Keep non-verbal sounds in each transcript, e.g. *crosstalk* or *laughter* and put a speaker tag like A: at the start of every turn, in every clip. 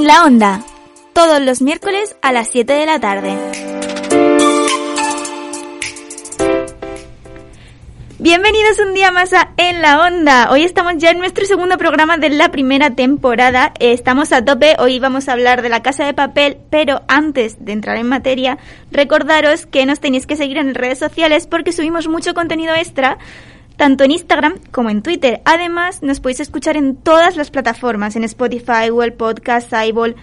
A: La Onda, todos los miércoles a las 7 de la tarde. Bienvenidos un día más a En la Onda. Hoy estamos ya en nuestro segundo programa de la primera temporada. Eh, Estamos a tope. Hoy vamos a hablar de la casa de papel, pero antes de entrar en materia, recordaros que nos tenéis que seguir en redes sociales porque subimos mucho contenido extra, tanto en Instagram como en Twitter. Además, nos podéis escuchar en todas las plataformas, en Spotify, Google Podcast, iBall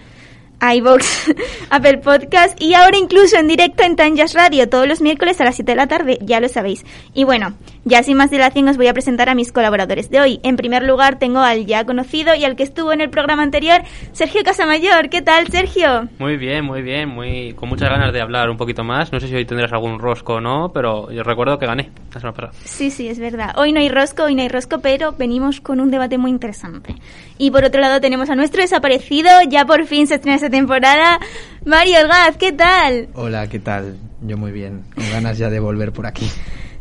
A: iBox, *laughs* Apple Podcast y ahora incluso en directo en Tanjas Radio todos los miércoles a las 7 de la tarde, ya lo sabéis. Y bueno, ya sin más dilación os voy a presentar a mis colaboradores de hoy. En primer lugar tengo al ya conocido y al que estuvo en el programa anterior, Sergio Casamayor. ¿Qué tal, Sergio?
B: Muy bien, muy bien, muy con muchas ganas de hablar un poquito más. No sé si hoy tendrás algún rosco o no, pero yo recuerdo que gané la semana pasada.
A: Sí, sí, es verdad. Hoy no hay rosco, hoy no hay rosco, pero venimos con un debate muy interesante. Y por otro lado tenemos a nuestro desaparecido, ya por fin se estrena esta temporada, Mario Gaz, ¿qué tal?
C: Hola, ¿qué tal? Yo muy bien, con ganas ya de volver por aquí.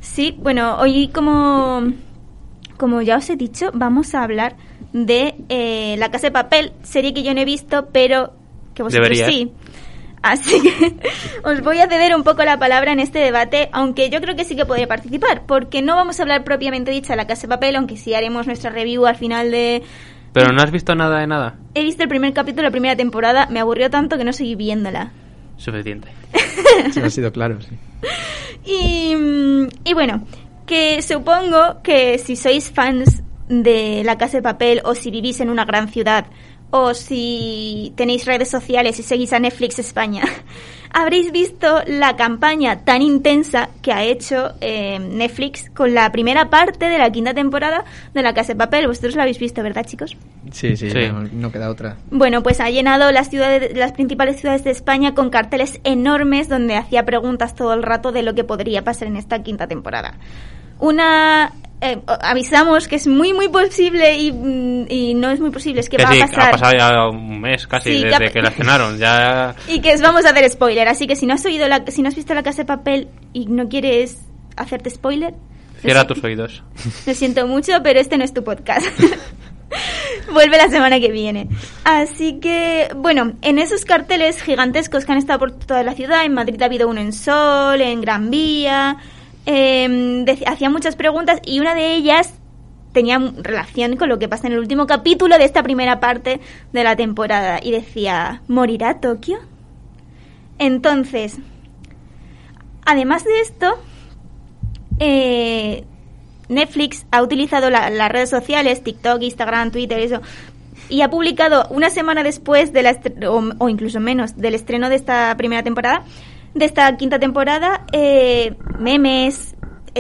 A: Sí, bueno, hoy como, como ya os he dicho, vamos a hablar de eh, La Casa de Papel, serie que yo no he visto, pero que vosotros
B: Deberías.
A: sí. Así que *laughs* os voy a ceder un poco la palabra en este debate, aunque yo creo que sí que podría participar, porque no vamos a hablar propiamente dicha de La Casa de Papel, aunque sí haremos nuestra review al final de...
B: Pero no has visto nada de nada.
A: He visto el primer capítulo de la primera temporada, me aburrió tanto que no seguí viéndola.
B: Suficiente.
C: Si no ha sido claro, sí.
A: Y, mm, y bueno, que supongo que si sois fans de La Casa de Papel o si vivís en una gran ciudad o si tenéis redes sociales y seguís a Netflix España, *laughs* habréis visto la campaña tan intensa que ha hecho eh, Netflix con la primera parte de la quinta temporada de La Casa de Papel. Vosotros la habéis visto, ¿verdad, chicos?
C: Sí, sí,
B: Sí.
C: No, no queda otra.
A: Bueno, pues ha llenado las ciudades, las principales ciudades de España con carteles enormes donde hacía preguntas todo el rato de lo que podría pasar en esta quinta temporada. Una eh, o- avisamos que es muy muy posible y, mm, y no es muy posible es que, va
B: sí,
A: a pasar
B: ha pasado ya un mes casi
A: Sí, que
B: desde
A: ha-
B: que la
A: *laughs*
B: estrenaron. Ya...
A: y que os vamos a hacer spoiler. Así que si no has oído la, si no has visto la casa de papel y no quieres hacerte spoiler, lo
B: Cierra
A: si-
B: tus oídos.
A: *laughs* Lo siento mucho, pero este no es tu podcast. *laughs* Vuelve la semana que viene. Así que, bueno, en esos carteles gigantescos que han estado por toda la ciudad, en Madrid ha habido uno en Sol, en Gran Vía, em, dec- hacía muchas preguntas y una de ellas tenía m- relación con lo que pasa en el último capítulo de esta primera parte de la temporada y decía, ¿morirá Tokio? Entonces, además de esto, eh, Netflix ha utilizado la- las redes sociales, TikTok, Instagram, Twitter, eso, y ha publicado una semana después de la estre- o, o incluso menos del estreno de esta primera temporada, de esta quinta temporada, eh, memes,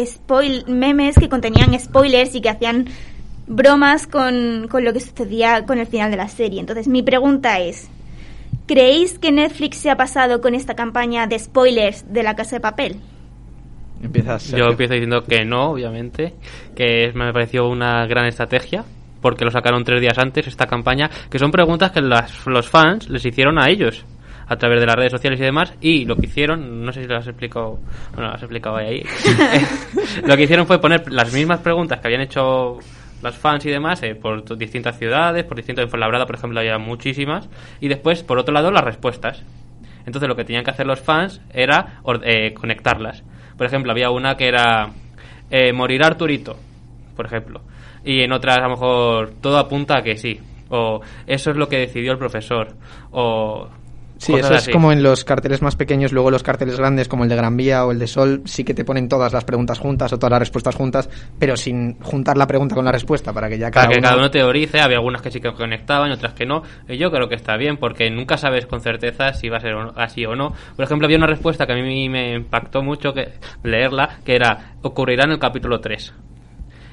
A: spoil, memes que contenían spoilers y que hacían bromas con, con lo que sucedía con el final de la serie. Entonces mi pregunta es, ¿creéis que Netflix se ha pasado con esta campaña de spoilers de la casa de papel?
C: Empiezas.
B: Yo
C: Sergio.
B: empiezo diciendo que no, obviamente, que es- me pareció una gran estrategia, porque lo sacaron tres días antes, esta campaña, que son preguntas que las- los fans les hicieron a ellos a través de las redes sociales y demás, y lo que hicieron, no sé si lo has explicado, bueno, lo has explicado ahí, *laughs* ahí. lo que hicieron fue poner las mismas preguntas que habían hecho las fans y demás eh, por tu- distintas ciudades, por distintos, en Fuenlabrada, por ejemplo, había muchísimas, y después, por otro lado, las respuestas. Entonces lo que tenían que hacer los fans era or- eh, conectarlas. Por ejemplo, había una que era eh, morir Arturito, por ejemplo. Y en otras a lo mejor todo apunta a que sí. O eso es lo que decidió el profesor. O
C: Sí,
B: cosas
C: eso es
B: así.
C: como en los carteles más pequeños, luego los carteles grandes como el de Gran Vía o el de Sol, sí que te ponen todas las preguntas juntas o todas las respuestas juntas, pero sin juntar la pregunta con la respuesta para que ya
B: Para
C: cada,
B: que
C: uno...
B: cada uno teorice, había algunas que sí que conectaban y otras que no. Y yo creo que está bien, porque nunca sabes con certeza si va a ser o no- así o no. Por ejemplo, había una respuesta que a mí me impactó mucho que leerla, que era, ocurrirá en el capítulo 3.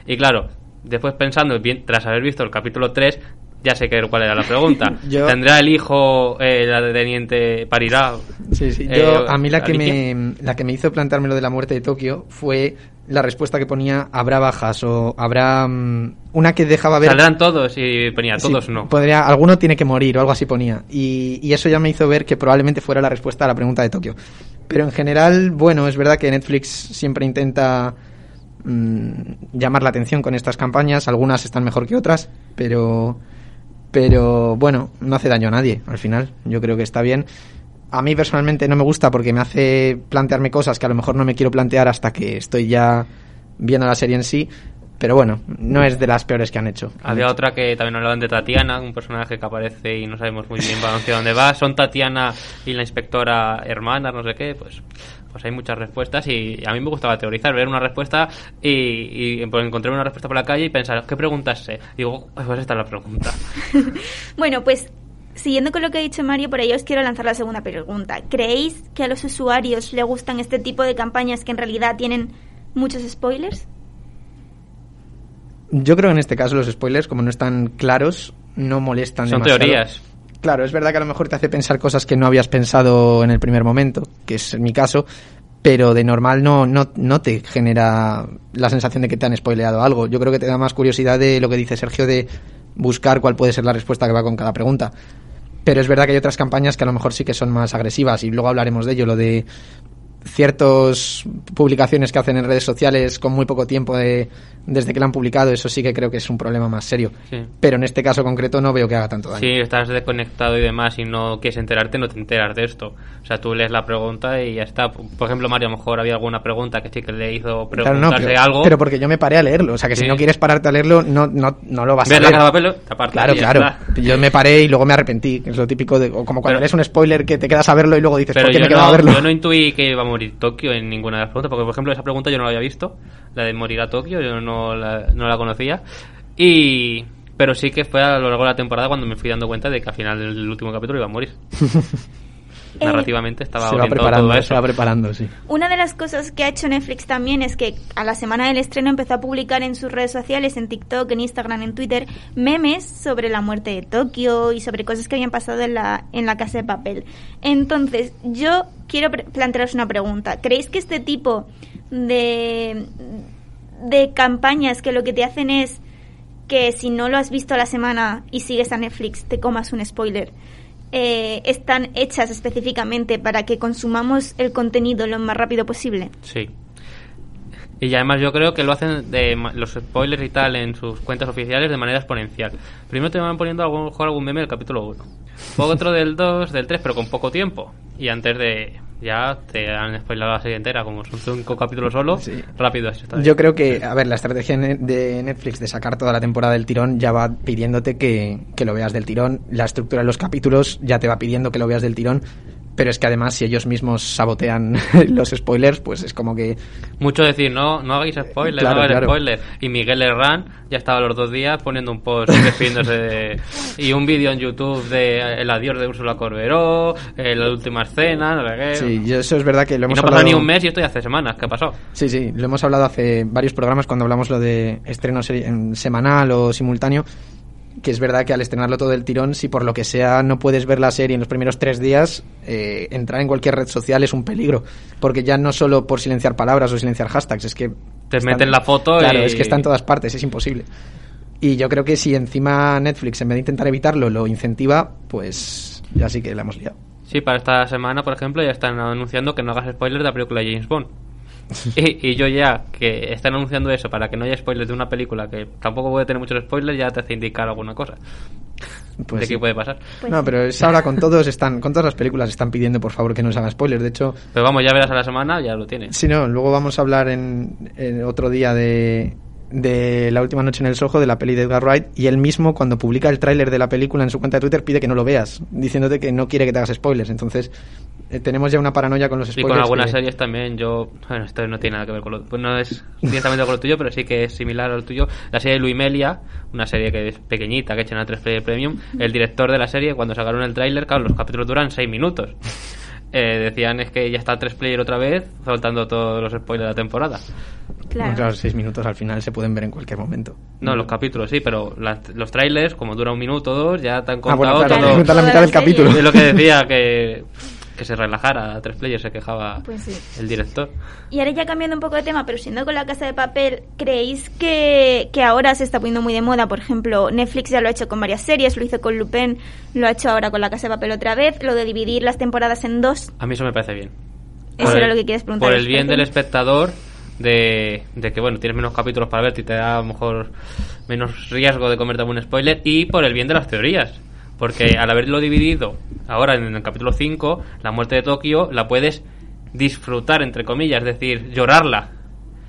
B: Y claro, después pensando, bien, tras haber visto el capítulo 3, ya sé que- cuál era la pregunta.
C: *laughs* Yo-
B: ¿Tendrá el hijo, eh, la de teniente, parirá?
C: Sí, sí. Yo,
B: Eh,
C: a mí la que,
B: Alicia.
C: me, la que me hizo plantearme lo de la muerte de Tokio fue la respuesta que ponía habrá bajas o habrá mm, una que dejaba ver
B: Saldrán todos y ponía
C: Sí,
B: todos no.
C: Podría, alguno tiene que morir o algo así ponía. Y, y eso ya me hizo ver que probablemente fuera la respuesta a la pregunta de Tokio. Pero en general, bueno, es verdad que Netflix siempre intenta mm, llamar la atención con estas campañas. Algunas están mejor que otras, pero Pero bueno, no hace daño a nadie al final. Yo creo que está bien. A mí personalmente no me gusta porque me hace plantearme cosas que a lo mejor no me quiero plantear hasta que estoy ya viendo la serie en sí. Pero bueno, no es de las peores que han hecho.
B: Había otra que también hablaban de Tatiana, un personaje que aparece y no sabemos muy bien hacia dónde va. Son Tatiana y la inspectora hermanas, no sé qué, pues pues hay muchas respuestas y a mí me gustaba teorizar, ver una respuesta y, y pues, encontrarme una respuesta por la calle y pensar, ¿qué preguntas sé? Digo, pues esta es la pregunta.
A: bueno, pues siguiendo con lo que ha dicho Mario, por ahí os quiero lanzar la segunda pregunta. ¿Creéis que a los usuarios le gustan este tipo de campañas que en realidad tienen muchos spoilers?
C: Yo creo que en este caso los spoilers, como no están claros, no molestan
B: Son
C: demasiado.
B: teorías.
C: Claro, es verdad que a lo mejor te hace pensar cosas que no habías pensado en el primer momento, que es mi caso, pero de normal no, no, no te genera la sensación de que te han spoileado algo. Yo creo que te da más curiosidad de lo que dice Sergio de buscar cuál puede ser la respuesta que va con cada pregunta. Pero es verdad que hay otras campañas que a lo mejor sí que son más agresivas y luego hablaremos de ello, lo de ciertas publicaciones que hacen en redes sociales con muy poco tiempo de- desde que la han publicado, eso sí que creo que es un problema más serio.
B: Sí.
C: Pero en este caso concreto no veo que haga tanto daño.
B: Si estás desconectado y demás y no quieres enterarte, no te enteras de esto. O sea, tú lees la pregunta y ya está. Por ejemplo, Mario, a lo mejor había alguna pregunta que sí que le hizo
C: Claro,
B: preguntarse
C: no, pero,
B: algo.
C: pero porque yo me paré a leerlo. O sea, que si
B: Sí.
C: no quieres pararte a leerlo, no, no, no lo vas
B: Ver
C: a
B: la
C: leer.
B: cara de papel, taparte.
C: Claro,
B: y ya
C: claro.
B: está.
C: Yo me paré y luego me arrepentí. que Es lo típico de. O como cuando
B: Pero-
C: lees un spoiler que te quedas a verlo y luego dices,
B: Pero
C: ¿por qué
B: yo
C: me
B: no,
C: quedaba a verlo? *laughs*
B: yo no intuí que iba a morir Tokio en ninguna de las preguntas, porque por ejemplo esa pregunta yo no la había visto, la de morir a Tokio, yo no la, no la conocía. Y pero sí que fue a lo largo de la temporada cuando me fui dando cuenta de que al final del último capítulo iba a
C: *laughs*
B: morir. Narrativamente estaba
C: se va
B: orientado todo
C: preparando,
B: a
C: se va
B: eso.
C: preparando, sí.
A: Una de las cosas que ha hecho Netflix también es que a la semana del estreno empezó a publicar en sus redes sociales, en TikTok, en Instagram, en Twitter, memes sobre la muerte de Tokio y sobre cosas que habían pasado en la, en la casa de papel. Entonces, yo quiero pre- plantearos una pregunta. ¿Creéis que este tipo de, de campañas que lo que te hacen es que si no lo has visto a la semana y sigues a Netflix, te comas un spoiler. eh, están hechas específicamente para que consumamos el contenido lo más rápido posible.
B: Sí. Y además yo creo que lo hacen de ma- los spoilers y tal en sus cuentas oficiales de manera exponencial. Primero te van poniendo a lo mejor algún meme del capítulo 1. Otro del 2, del 3, pero con poco tiempo. Y antes de... Ya te han spoilado la serie entera, como son cinco capítulos solo.
C: Sí.
B: Rápido, así está bien.
C: Yo creo que, a ver, la estrategia ne- de Netflix de sacar toda la temporada del tirón ya va pidiéndote que, que lo veas del tirón. La estructura de los capítulos ya te va pidiendo que lo veas del tirón. Pero es que además, si ellos mismos sabotean *laughs* los spoilers, pues es como que
B: Mucho decir, no, no hagáis spoilers,
C: Claro,
B: no hagáis
C: claro.
B: spoilers. Y Miguel Herrán ya estaba los dos días poniendo un post despidiéndose
C: *laughs*
B: de- y un vídeo en YouTube de El adiós de Úrsula Corberó, eh, la última escena, no sé qué.
C: Sí, yo eso es verdad que lo
B: Y
C: hemos
B: no ha pasado
C: hablado.
B: ni un mes y estoy hace semanas. ¿Qué ha pasado?
C: Sí, sí, lo hemos hablado hace varios programas cuando hablamos lo de estreno seri- en semanal o simultáneo. Que es verdad que al estrenarlo todo del tirón, si por lo que sea no puedes ver la serie en los primeros tres días, eh, entrar en cualquier red social es un peligro. Porque ya no solo por silenciar palabras o silenciar hashtags, es que.
B: Te meten la foto
C: Claro,
B: y-
C: es que está en todas partes, es imposible. Y yo creo que si encima Netflix, en vez de intentar evitarlo, lo incentiva, pues ya sí que la hemos liado.
B: Sí, para esta semana, por ejemplo, ya están anunciando que no hagas spoilers de la película de James
C: *laughs*
B: Bond. Y, y yo ya, que están anunciando eso para que no haya spoilers de una película que tampoco puede tener muchos spoilers, ya te hace indicar alguna cosa
C: Pues
B: de
C: sí.
B: qué puede pasar.
A: Pues
C: no,
A: sí.
C: pero es ahora con todos están, con todas las películas están pidiendo por favor que no se haga spoilers. De hecho,
B: Pero vamos, ya verás a la semana, ya lo tienes.
C: si no, luego vamos a hablar en, en otro día de, de la última noche en el Soho, de la peli de Edgar Wright, y él mismo cuando publica el tráiler de la película en su cuenta de Twitter pide que no lo veas, diciéndote que no quiere que te hagas spoilers. Entonces, eh, tenemos ya una paranoia con los
B: Y
C: spoilers.
B: con algunas
C: que-
B: series también, yo. Bueno, esto no tiene nada que ver con lo. Pues no es directamente con lo tuyo, pero sí que es similar al tuyo. La serie de Luimelia, una serie que es pequeñita, que echan a 3 Player Premium. El director de la serie, cuando sacaron el tráiler, claro, los capítulos duran 6 minutos. Eh, decían es que ya está 3 Player otra vez, soltando todos los spoilers de la temporada.
A: Claro.
C: Bueno, claro, seis minutos al final se pueden ver en cualquier momento.
B: No, los capítulos sí, pero las- los trailers, como dura un minuto o dos, ya te han
C: Ah, bueno,
B: contado
C: *laughs* claro,
A: todo-
C: te cuentan
A: toda
C: la mitad
A: la
C: del
A: serie.
C: capítulo.
B: todo. Es
C: *laughs*
B: lo que decía, que, que se relajara. 3 Player se quejaba
A: Pues sí.
B: el director.
A: Y ahora ya cambiando un poco de tema, pero siendo con la casa de papel, ¿creéis que, que ahora se está poniendo muy de moda? Por ejemplo, Netflix ya lo ha hecho con varias series, lo hizo con Lupin, lo ha hecho ahora con la casa de papel otra vez, lo de dividir las temporadas en dos.
B: A mí eso me parece bien.
A: Eso
B: Por
A: era
B: el-
A: lo que quieres preguntar,
B: Por el bien
A: espérate.
B: del espectador, de, de que bueno, tienes menos capítulos para verte y te da a lo mejor menos riesgo de comerte algún spoiler y por el bien de las teorías. Porque al haberlo dividido ahora en el capítulo 5, la muerte de Tokio la puedes disfrutar, entre comillas, es decir, llorarla.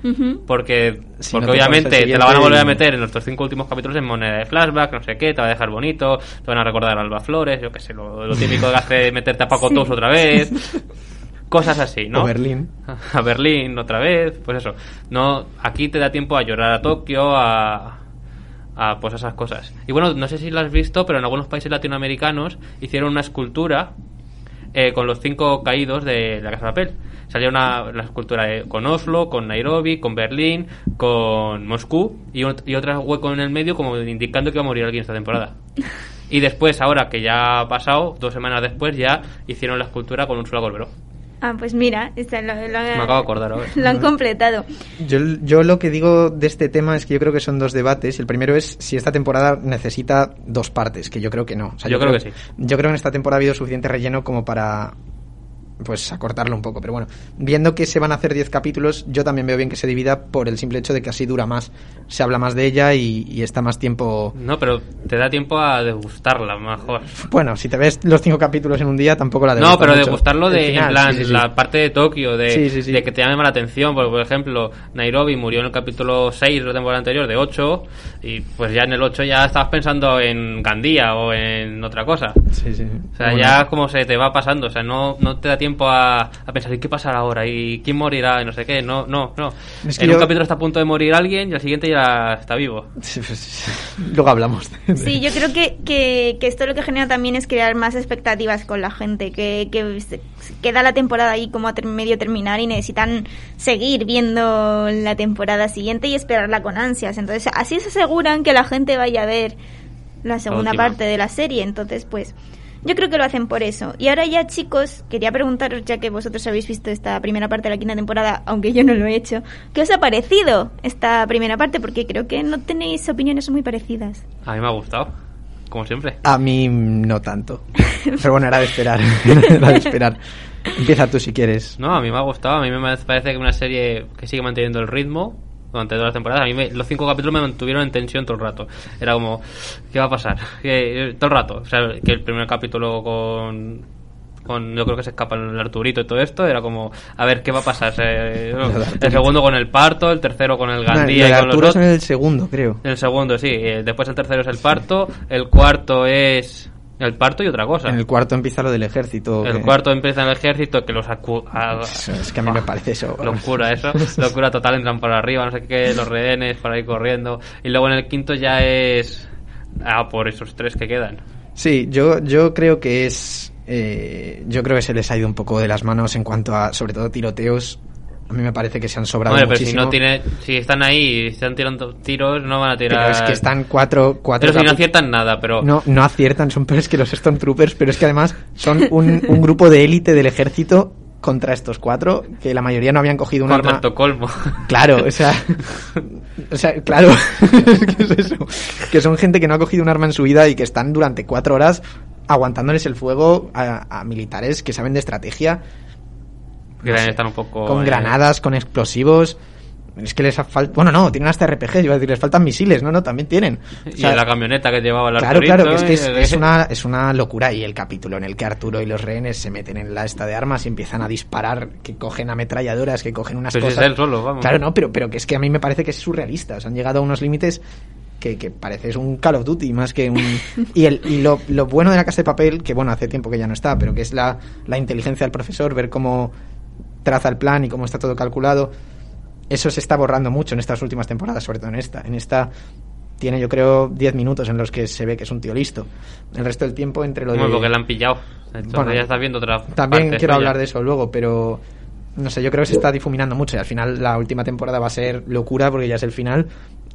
A: Ujú.
B: Porque,
C: Si
B: porque
C: no te
B: obviamente
C: comes el
B: te la van a
C: siguiente
B: volver a
C: y-
B: meter en los otros cinco últimos capítulos en moneda de flashback, no sé qué, te va a dejar bonito, te van a recordar a Alba Flores, yo qué sé, lo, lo típico de hacer meterte a Paco
A: Sí.
B: Tous otra
C: *laughs*
B: vez, cosas así, ¿no?
C: O Berlín.
B: *laughs* a Berlín otra vez, pues eso. No, aquí te da tiempo a llorar a Tokio, a, a pues esas cosas. Y bueno, no sé si lo has visto, pero en algunos países latinoamericanos hicieron una escultura eh, con los cinco caídos de la Casa de Papel. Salió una la escultura de- con Oslo, con Nairobi, con Berlín, con Moscú y, ot- y otra hueco en el medio como indicando que va a morir alguien esta temporada. Y después, ahora que ya ha pasado, dos semanas después, ya hicieron la escultura con un solo Golberó.
A: Ah, pues mira, esta lo, lo-
B: Me acabo de acordar ahora.
A: *laughs* lo han completado.
C: Yo, yo lo que digo de este tema es que yo creo que son dos debates. El primero es si esta temporada necesita dos partes, que yo creo que no. O sea,
B: Yo creo que sí.
C: Yo creo que en esta temporada ha habido suficiente relleno como para pues acortarlo un poco, pero bueno, viendo que se van a hacer 10 capítulos, yo también veo bien que se divida por el simple hecho de que así dura más, se habla más de ella y, y está más tiempo...
B: No, pero te da tiempo a degustarla, mejor.
C: Bueno, si te ves los 5 capítulos en un día, tampoco la
B: No,
C: degustas
B: pero
C: mucho.
B: degustarlo
C: El
B: de, en
C: final,
B: plan,
C: sí, sí, sí.
B: la parte de Tokio, de,
C: Sí, sí, sí.
B: de que te llame la atención. Porque, por ejemplo, Nairobi murió en el capítulo 6 de la temporada anterior, de 8, y pues ya en el 8 ya estabas pensando en Gandía o en otra cosa.
C: Sí, sí.
B: O sea,
C: Bueno. *laughs*
B: ya como se te va pasando, o sea, no, no te da tiempo a, a pensar, ¿y qué pasará ahora? ¿Y quién morirá? Y no sé qué, no, no, no.
C: Es que
B: en un
C: yo-
B: capítulo está a punto de morir alguien y al siguiente ya está vivo.
C: Sí, pues, Luego hablamos. *laughs* de-
A: Sí, yo creo que, que, que esto lo que genera también es crear más expectativas con la gente, que, que se- queda la temporada ahí como a ter- medio terminar y necesitan seguir viendo la temporada siguiente y esperarla con ansias. Entonces, así se aseguran que la gente vaya a ver la segunda
B: última.
A: parte de la serie. Entonces, pues, yo creo que lo hacen por eso. Y ahora ya, chicos, quería preguntaros, ya que vosotros habéis visto esta primera parte de la quinta temporada, aunque yo no lo he hecho, ¿qué os ha parecido esta primera parte? Porque creo que no tenéis opiniones muy parecidas.
B: A mí me ha gustado, como siempre.
C: A mí mm, no tanto. Pero bueno, era de esperar. *laughs* era de esperar. Empieza tú si quieres.
B: No, a mí me ha gustado. A mí me parece que una serie que sigue manteniendo el ritmo durante todas las temporadas. A mí me- los cinco capítulos me mantuvieron en tensión todo el rato. Era como, ¿qué va a pasar? *laughs* Que- eh, todo el rato. O sea, que el primer capítulo con, con. Yo creo que se escapa el Arturito y todo esto. Era como, a ver qué va a pasar.
C: *laughs*
B: Eh, el
C: Arturito.
B: segundo con el parto, el tercero con el
C: No,
B: Gandía
C: el
B: y
C: de
B: con los
C: Arturo es
B: otros.
C: en el segundo, creo.
B: El segundo, sí. Eh, Después el tercero es el parto. El cuarto es. El parto y otra cosa.
C: En el cuarto empieza lo del ejército.
B: El
C: que-
B: cuarto empieza en el ejército que los acu- a-
C: Eso, Es que a mí me parece eso.
B: locura eso, locura total, entran por arriba, no sé qué, los rehenes para ir corriendo. Y luego en el quinto ya es... Ah, por esos tres que quedan.
C: Sí, yo, yo creo que es. eh, yo creo que se les ha ido un poco de las manos en cuanto a, sobre todo, tiroteos. A mí me parece que se han sobrado
B: Hombre, pero si
C: muchísimo.
B: no tiene, si están ahí y están tirando tiros, no van a
C: Pero
B: tirar...
C: es que están cuatro, cuatro
B: Pero si no
C: capi-
B: aciertan nada, pero...
C: No, no aciertan, son peores que los Stone Troopers, pero es que además son un, un grupo de élite del ejército contra estos cuatro, que la mayoría no habían cogido un
B: contra
C: arma.
B: Estocolmo. *laughs*
C: Claro, o sea, *laughs* o sea, claro, *laughs* es que es eso, que son gente que no ha cogido un arma en su vida y que están durante cuatro horas aguantándoles el fuego a, a militares que saben de estrategia,
B: que también están un poco...
C: con
B: eh,
C: granadas, con explosivos. Es que les falta, bueno, no, tienen hasta RPG, iba a decir, les faltan misiles, no, no, también tienen. O
B: Y
C: sea,
B: la camioneta que llevaba el
C: Claro,
B: Arturito ¿eh? Pues
C: claro, que es, que es,
B: y el-
C: es una, es una locura y el capítulo en el que Arturo y los rehenes se meten en la esta de armas y empiezan a disparar, que cogen ametralladoras, que cogen unas
B: Pero si
C: cosas.
B: Pues es él solo, vamos.
C: Claro, no, pero, pero que es que a mí me parece que es surrealista. O sea, han llegado a unos límites que, que parece es un Call of Duty más
B: *laughs*
C: que un... Y, el, y lo, lo bueno de la casa de papel, que bueno, hace tiempo que ya no está, pero que es la, la inteligencia del profesor, ver cómo traza el plan y cómo está todo calculado, eso se está borrando mucho en estas últimas temporadas, sobre todo en esta. En esta tiene, yo creo, 10 minutos en los que se ve que es un tío listo. El resto del tiempo entre lo de...
B: Bueno, porque la han pillado. Entonces
C: Bueno,
B: ya estás viendo otra
C: También
B: parte suya.
C: quiero hablar de eso luego, pero no sé, yo creo que se está difuminando mucho y al final la última temporada va a ser locura porque ya es el final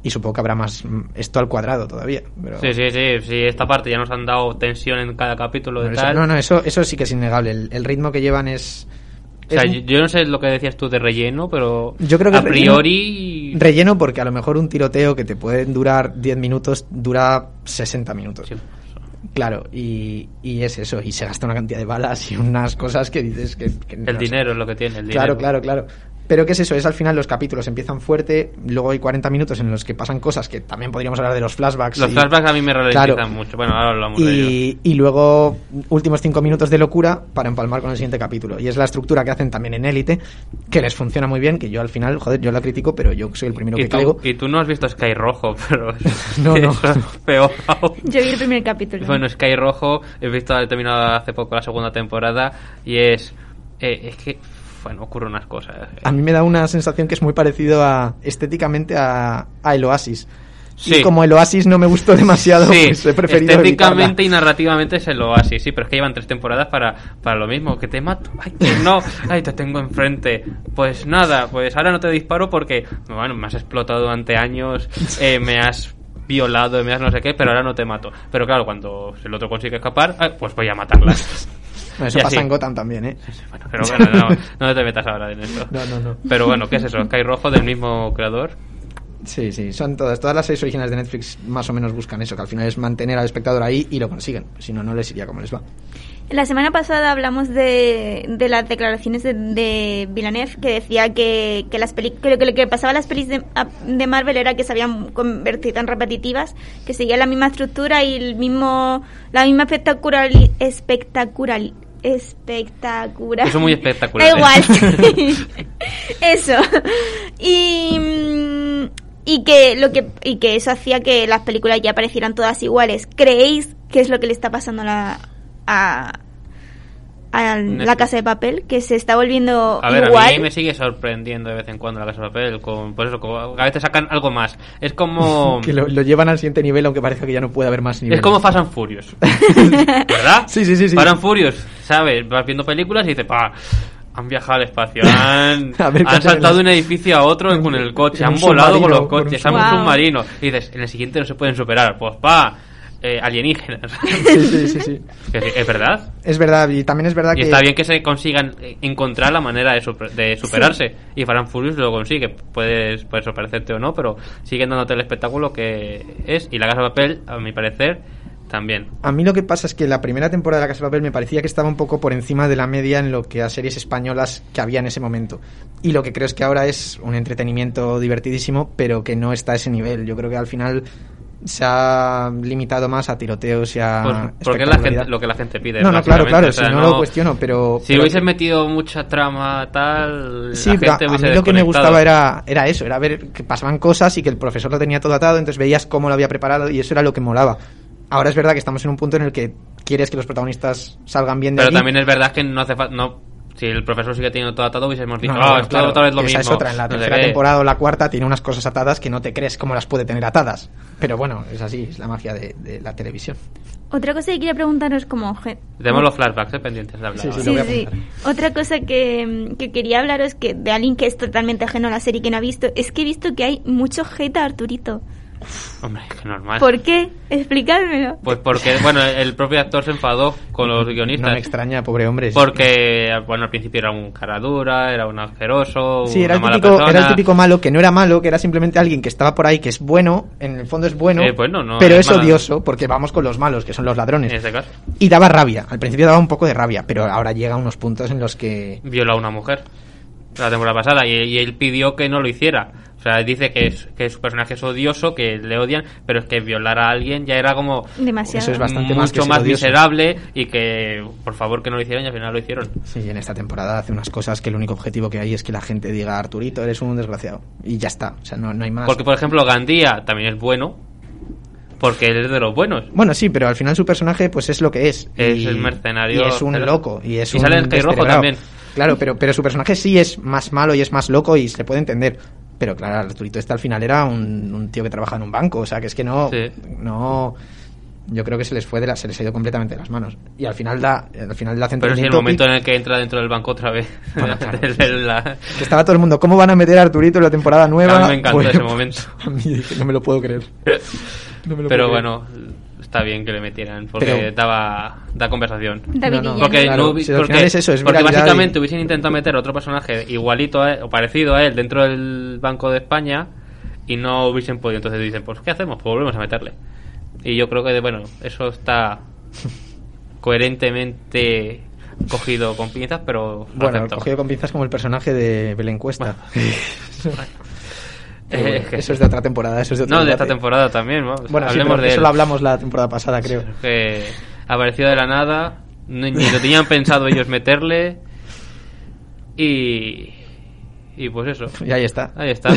C: y supongo que habrá más mm, esto al cuadrado todavía. Pero
B: Sí, sí, sí, sí, esta parte ya nos han dado tensión en cada capítulo de
C: pero eso-
B: tal.
C: no, no, eso, eso sí que es innegable. El, el ritmo que llevan es.
B: O sea,
C: es
B: yo, yo no sé lo que decías tú de relleno, pero
C: Yo creo que
B: a
C: relleno-
B: priori...
C: Relleno porque a lo mejor un tiroteo que te puede durar 10 minutos dura 60 minutos.
B: Sí.
C: Claro, y, y es eso. Y se gasta una cantidad de balas y unas cosas que dices que... que
B: El
C: no sé.
B: dinero es lo que tiene, el
C: Claro,
B: dinero.
C: claro, claro. Pero ¿qué es eso? Es al final los capítulos empiezan fuerte, luego hay 40 minutos en los que pasan cosas que también podríamos hablar de los flashbacks.
B: Los
C: y-
B: flashbacks a mí me ralentizan
C: Claro.
B: mucho. Bueno, ahora hablamos de ello.
C: y, y luego últimos cinco minutos de locura para empalmar con el siguiente capítulo. Y es la estructura que hacen también en Élite, que les funciona muy bien, que yo al final, joder, yo la critico, pero yo soy el primero
B: Y
C: que
B: tú,
C: caigo.
B: y tú no has visto Sky Rojo, *laughs* pero
C: *laughs* No, no.
B: eso es peor
C: *laughs*
B: aún.
A: *laughs* Yo vi el primer capítulo.
B: Bueno, Sky Rojo, he visto, ha terminado hace poco la segunda temporada y es... eh, es que, bueno, ocurren unas cosas. eh.
C: A mí me da una sensación que es muy parecido a estéticamente a, a el Oasis.
B: Sí.
C: Y como el Oasis no me gustó demasiado,
B: Sí,
C: pues he preferido
B: estéticamente
C: evitarla.
B: y narrativamente es el oasis, sí, pero es que llevan tres temporadas para, para lo mismo, que te mato, ay, que no, ay, te tengo enfrente, pues nada, pues ahora no te disparo porque, bueno, me has explotado durante años, eh, me has violado, me has no sé qué, pero ahora no te mato. Pero claro, cuando el otro consigue escapar, ah, pues voy a matarla.
C: Bueno, eso
B: y
C: pasa
B: así.
C: en Gotham también, ¿eh?
B: Bueno, pero bueno, no, no te metas ahora en esto.
C: No, no, no.
B: Pero bueno, ¿qué es eso? Sky Rojo del mismo creador.
C: Sí, sí, son todas. Todas las seis originales de Netflix más o menos buscan eso, que al final es mantener al espectador ahí y lo consiguen. Si no, no les iría como les va.
A: La semana pasada hablamos de, de las declaraciones de, de Villeneuve que decía que, que las peli- que lo que, lo que pasaba a las pelis de, a- de Marvel era que se habían convertido en repetitivas, que seguía la misma estructura y el mismo la misma espectacular espectacular espectacular.
B: Eso muy espectacular,
A: Da igual.
B: ¿eh?
A: sí. *laughs* eso. Y mm, y que lo que y que eso hacía que las películas ya parecieran todas iguales. ¿Creéis que es lo que le está pasando a la a, a la
B: Netflix.
A: casa de papel que se está volviendo
B: A ver,
A: igual?
B: a mí me sigue sorprendiendo de vez en cuando la Casa de Papel. Con, por eso, como- a veces sacan algo más. Es como.
C: *laughs* Que lo, lo llevan al siguiente nivel, aunque parezca que ya no puede haber más niveles.
B: Oh. Es como Fast and Furious.
C: *laughs*
B: ¿Verdad?
C: Sí, sí, sí, sí.
B: Fast and Furious, ¿sabes? Vas viendo películas y dices, pa. Han viajado al
C: *laughs*
B: espacio, han,
C: A ver qué
B: han
C: hacen
B: saltado de
C: en
B: un edificio a otro con el coche,
C: en un
B: han volado con
C: submarino,
B: los coches, han
C: con
A: un
B: un
A: Wow.
B: submarino. Y dices, en el siguiente no se pueden superar. Pues pa, eh, alienígenas. *laughs*
C: Sí, sí, sí, sí.
B: Que sí, es verdad.
C: Es verdad, y también es verdad
B: Y
C: que.
B: está bien que se consigan eh, encontrar la manera de, super- de superarse. Y Fast and Furious lo consigue. Puedes, puedes sorprenderte o no, pero siguen dándote el espectáculo que es. Y la casa de papel, a mi parecer, también.
C: A mí lo que pasa es que la primera temporada de La Casa de Papel me parecía que estaba un poco por encima de la media en lo que a series españolas que había en ese momento. Y lo que creo es que ahora es un entretenimiento divertidísimo, pero que no está a ese nivel. Yo creo que al final se ha limitado más a tiroteos y a.
B: Pues, porque es la gente,
C: Ah, espectacularidad.
B: lo que la gente pide.
C: No, no, claro,
B: básicamente.
C: claro,
B: O sea,
C: si no, lo cuestiono, pero.
B: Si
C: pero-
B: hubiesen metido mucha trama tal,
C: Sí,
B: la
C: pero
B: gente
C: a
B: hubiese
C: mí lo que me
B: desconectado.
C: gustaba era, era eso, era ver que pasaban cosas y que el profesor lo tenía todo atado, entonces veías cómo lo había preparado y eso era lo que molaba. Ahora es verdad que estamos en un punto en el que quieres que los protagonistas salgan bien de
B: Pero
C: allí.
B: también es verdad que no hace falta... No, si el profesor sigue teniendo todo atado, hubiésemos dicho,
C: No,
B: ah,
C: no, no,
B: esto
C: claro,
B: otra vez lo
C: esa
B: mismo.
C: es otra, en la
B: no sé
C: tercera
B: qué.
C: temporada o la cuarta tiene unas cosas atadas que no te crees cómo las puede tener atadas. Pero bueno, es así, es la magia de, de la televisión.
A: Otra cosa que quería preguntaros como gen-
B: Tenemos los flashbacks eh, pendientes de hablar.
C: Sí, sí,
B: ahora.
C: lo
A: Sí,
C: voy a
A: sí. Otra cosa que, mm, que quería hablaros que de alguien que es totalmente ajeno a la serie y que no ha visto es que he visto que hay mucho hate a Arturito.
B: Hombre, que normal.
A: ¿Por qué? Explicármelo.
B: Pues porque, bueno, el propio actor se enfadó con los
C: No me
B: guionistas.
C: extraña, pobre hombre.
B: porque, bueno, al principio era un cara dura, era un asqueroso,
C: Sí, era el,
B: una mala
C: típico,
B: persona.
C: era el típico malo, que no era malo, que era simplemente alguien que estaba por ahí, que es bueno, en el fondo es bueno,
B: Eh, bueno, no,
C: pero
B: es
C: es
B: mala-
C: odioso, porque vamos con los malos, que son los
B: En
C: ladrones.
B: este caso,
C: Y daba rabia, al principio daba un poco de rabia, pero ahora llega a unos puntos en los que...
B: violó a una mujer la temporada pasada y, y él pidió que no lo hiciera. O sea, dice que, es, que su personaje es odioso, que le odian, pero es que violar a alguien ya era como
A: Demasiado.
C: Eso es bastante-
B: mucho
C: más que ser odioso.
B: miserable y que, por favor, que no lo hicieran y al final lo hicieron.
C: Sí, en esta temporada hace unas cosas que el único objetivo que hay es que la gente diga, Arturito, eres un desgraciado. Y ya está, o sea, no, no hay más.
B: Porque, por ejemplo, Gandía también es bueno, porque él es de los buenos.
C: Bueno, sí, pero al final su personaje pues es lo que es.
B: Es el mercenario,
C: Y es un
B: pero-
C: loco. Y, es
B: y
C: un
B: sale el Sky Rojo
C: descerebrado.
B: también.
C: Claro, pero, pero su personaje sí es más malo y es más loco y se puede entender. Pero claro, Arturito este al final era un, un tío que trabaja en un banco. O sea, que es que no...
B: Sí.
C: no yo creo que se les fue de la- se les ha ido completamente de las manos. Y al final da, al final
B: Pero
C: da
B: si el
C: centramiento
B: momento
C: y-
B: en el que entra dentro del banco otra vez.
C: *laughs*
B: *laughs*
C: Bueno, claro.
B: La-
C: que estaba todo el mundo, ¿cómo van a meter a Arturito en la temporada nueva?
B: A mí me encantó
C: Bueno,
B: ese momento.
C: *laughs* a mí dije, no me lo
B: *laughs*
C: puedo creer. No me
B: Pero
C: lo puedo creer.
B: bueno, está bien que le metieran, porque
C: Pero-
B: daba da conversación.
A: David
C: No, no.
A: Guillén.
B: Porque,
C: Claro,
B: no hubi-
C: si al
B: porque-
C: final es eso, es
B: porque
C: viralidad
B: básicamente
C: y-
B: hubiesen intentado meter otro personaje igualito a él, o parecido a él dentro del Banco de España y no hubiesen podido. Entonces dicen, pues ¿qué hacemos? Pues volvemos a meterle.
C: *laughs*
B: Y yo creo que, bueno, eso está coherentemente cogido con pinzas, pero lo
C: Bueno,
B: acepto.
C: cogido con pinzas como el personaje de Belén Cuesta.
B: Eh,
C: *laughs* Pero
B: *laughs*
C: bueno,
B: es que-
C: Eso es de otra temporada, eso es de otro
B: no, de
C: debate.
B: esta temporada también, vamos,
C: Bueno, sí,
B: hablemos
C: pero
B: de
C: eso
B: él.
C: lo hablamos la temporada pasada, creo.
B: que apareció de la nada, ni, ni lo tenían pensado ellos meterle y y pues eso.
C: Y ahí está.
B: Ahí
C: *laughs*
B: está.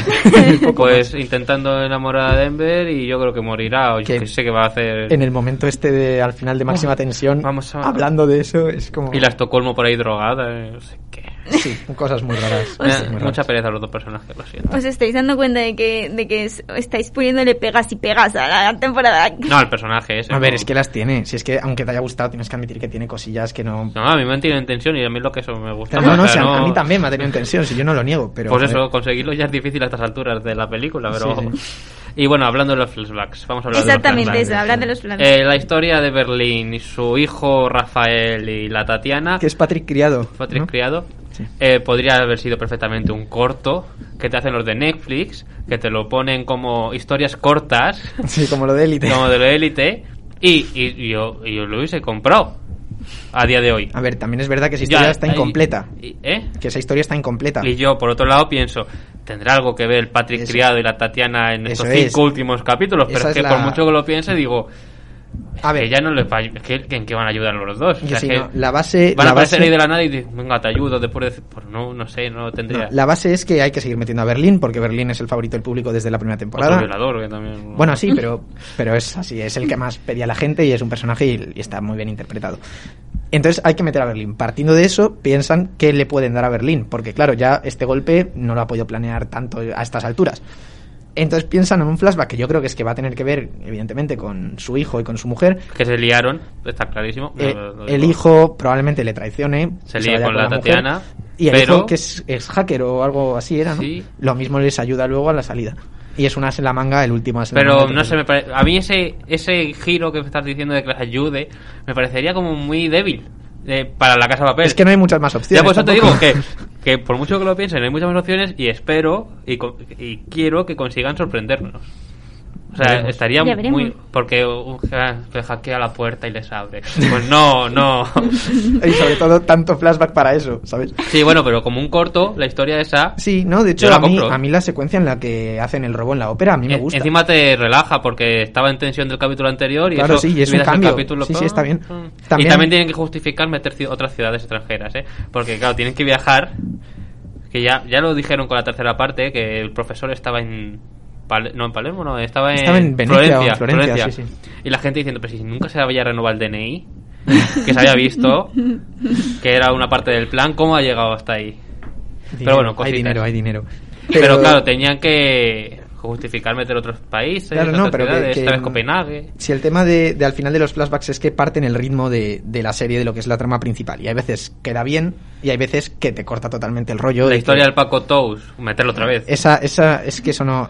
B: pues intentando enamorar a Denver y yo creo que morirá o yo
C: Que-
B: que sé que va a hacer.
C: En el momento este de al final de máxima
B: Oh,
C: tensión,
B: vamos a-
C: hablando de eso, es como...
B: Y la Estocolmo por ahí drogada, eh, no sé qué.
C: Sí, cosas muy
B: *laughs*
C: raras.
B: Me da
C: muy raras.
B: mucha pereza los dos personajes, lo siento.
C: Pues
A: ¿Os estáis dando cuenta de que, de que es- estáis poniéndole pegas y pegas a la temporada?
B: No, el personaje ese.
C: A ver,
B: no.
C: es que las tiene. Si es que, aunque te haya gustado, tienes que admitir que tiene cosillas que no...
B: No, a mí me han tenido en tensión y a mí lo que eso me gusta.
C: No, no,
B: O
C: si
B: sea,
C: a-
B: no-
C: a mí también me ha tenido en tensión, si yo no lo niego, pero...
B: Pues
C: joder.
B: eso, conseguirlo ya es difícil a estas alturas de la película, pero...
C: Sí,
B: Y bueno, hablando de los flashbacks, vamos a hablar
A: *laughs* Exactamente
B: de los
A: eso,
B: flashbacks.
A: hablar de los planes.
B: Eh, la historia de Berlín y su hijo Rafael y la Tatiana,
C: Que es Patrick Criado.
B: Patrick
C: ¿no?
B: Criado,
C: Sí.
B: eh, podría haber sido perfectamente un corto que te hacen los de Netflix, que te lo ponen como historias cortas,
C: *laughs* Sí, como lo de élite.
B: como de la élite, y, y- y yo, y yo lo hubiese comprado a día de hoy.
C: A ver, también es verdad que esa Ah, historia
B: Ya,
C: está
B: ahí-
C: incompleta.
B: y- ¿Eh?
C: Que esa historia está incompleta.
B: Y yo, por otro lado, pienso, tendrá algo que ver el Patrick
C: Eso.
B: Criado y la Tatiana en
C: Eso
B: estos
C: es.
B: cinco últimos capítulos, pero
C: Esa
B: es
C: es
B: que
C: la-
B: por mucho que lo piense, digo,
C: A ver,
B: que ya no les va, es que, que ¿en qué van a ayudar los dos? O
C: que
B: sea,
C: sí,
B: es que
C: no, la base...
B: van
C: la
B: a aparecer
C: base-
B: ahí de la nada y dicen, venga, te ayudo, después de... Pues no, no sé, no tendría...
C: No, la base es que hay que seguir metiendo a Berlín, porque Berlín es el favorito del público desde la primera
B: Otro
C: temporada.
B: violador, que también...
C: Bueno,
B: *laughs*
C: sí, pero, pero es así, es el que más pedía la gente y es un personaje y, y está muy bien interpretado. Entonces hay que meter a Berlín. Partiendo de eso, piensan qué le pueden dar a Berlín, porque claro, ya este golpe no lo ha podido planear tanto a estas alturas. Entonces piensan en un flashback que yo creo que es que va a tener que ver, evidentemente, con su hijo y con su mujer.
B: Que se liaron, está clarísimo. no,
C: Eh,
B: lo- lo
C: el
B: digo.
C: hijo probablemente le traicione.
B: Se
C: que
B: lía
C: vaya
B: con la
C: mujer.
B: Tatiana,
C: Y el
B: pero-
C: hijo, que es, es hacker o algo así era, ¿no?
B: Sí.
C: Lo mismo les ayuda luego a la salida. Y es una as en la manga, el último as en la
B: Pero
C: manga.
B: no se me parece... A mí ese, ese giro que me estás diciendo de que les ayude, me parecería como muy débil eh, para la Casa de Papel.
C: Es que no hay muchas más opciones.
B: Ya por eso te digo
C: tampoco.
B: que, que por mucho que lo piensen, hay muchas más opciones y espero y, co- y quiero que consigan sorprendernos. O sea,
C: Veremos.
B: estaría
A: Ya veremos.
B: muy... Porque uh, ja- que hackea la puerta y les abre. Pues no,
A: *laughs*
B: no.
C: *laughs* Y sobre todo, tanto flashback para eso, ¿sabes?
B: Sí, bueno, pero como un corto, la historia esa...
C: Sí, no, de hecho,
B: Yo la
C: a mí,
B: compro.
C: a mí la secuencia en la que hacen el robo en la ópera, a mí me
B: en-
C: gusta.
B: E- Encima te relaja porque estaba en tensión del capítulo anterior y
C: Claro,
B: eso
C: sí, y es un
B: miras el
C: cambio.
B: capítulo,
C: Sí, sí, está bien.
B: mm, mm.
C: También-
B: Y también tienen que justificar meter ci- otras ciudades extranjeras, ¿eh? Porque claro, tienen que viajar que ya ya lo dijeron con la tercera parte que el profesor estaba en Pal- no en Palermo, no, estaba en,
C: Estaba en Venecia o en Florencia, sí,
B: Y la gente diciendo, pero si nunca se había renovado el DNI, que se había visto que era una parte del plan, ¿cómo ha llegado hasta ahí?
C: Dinero,
B: bueno,
C: hay
B: cositas.
C: dinero, hay dinero.
B: Pero, claro, tenían que justificar meter otros países,
C: Claro,
B: otras
C: no, pero que-
B: ciudades,
C: que- mm,
B: esta vez Copenhague.
C: Si el tema de, de al final de los flashbacks es que parten el ritmo de, de la serie, de lo que es la trama principal. Y hay veces que da bien y hay veces que te corta totalmente el rollo.
B: La
C: de que-
B: historia del Paco Tous, meterlo otra vez.
C: Esa, esa, es que eso no.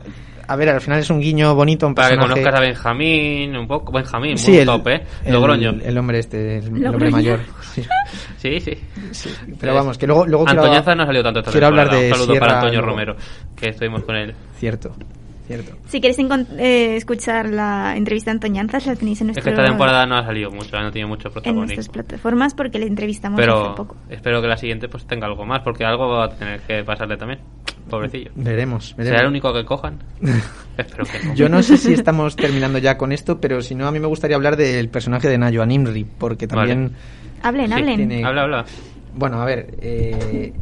C: A ver, al final es un guiño bonito, un
B: Para que
C: personaje-
B: conozcas a Benjamín, un poco. Benjamín,
C: Sí,
B: muy
C: el-
B: top, ¿eh?
C: el-
B: Logroño.
C: El, hombre este, el, el hombre
A: Logroño.
C: mayor. Sí,
B: sí, sí.
C: sí. Pero vamos, que luego, luego quiero-
B: Antoñaza no ha salido tanto esta
C: Quiero hablar
B: temporada.
C: de
B: Un saludo
C: Sierra
B: para Antonio
C: luego.
B: Romero, que estuvimos con él.
C: Cierto, cierto.
A: Si queréis encon- eh, escuchar la entrevista a Antoñanzas, la tenéis en,
B: Es
A: nuestro,
B: que esta temporada no ha salido mucho, no tiene mucho
A: en nuestras
B: protagonismo.
A: plataformas porque la entrevistamos hace
B: Pero
A: poco.
B: espero que la siguiente pues tenga algo más, porque algo va a tener que pasarle también.
C: *laughs*
B: Pobrecillo.
C: Veremos, veremos.
B: ¿Será el único que
C: *laughs*
B: cojan? Espero que no.
C: Yo no sé si estamos terminando ya con esto, pero si no, a mí me gustaría hablar del personaje de Nayo Animri, porque también.
B: Vale.
A: Hablen,
B: Sí,
A: hablen. *laughs*
C: tiene-
B: Habla, habla.
C: Bueno, a ver, eh,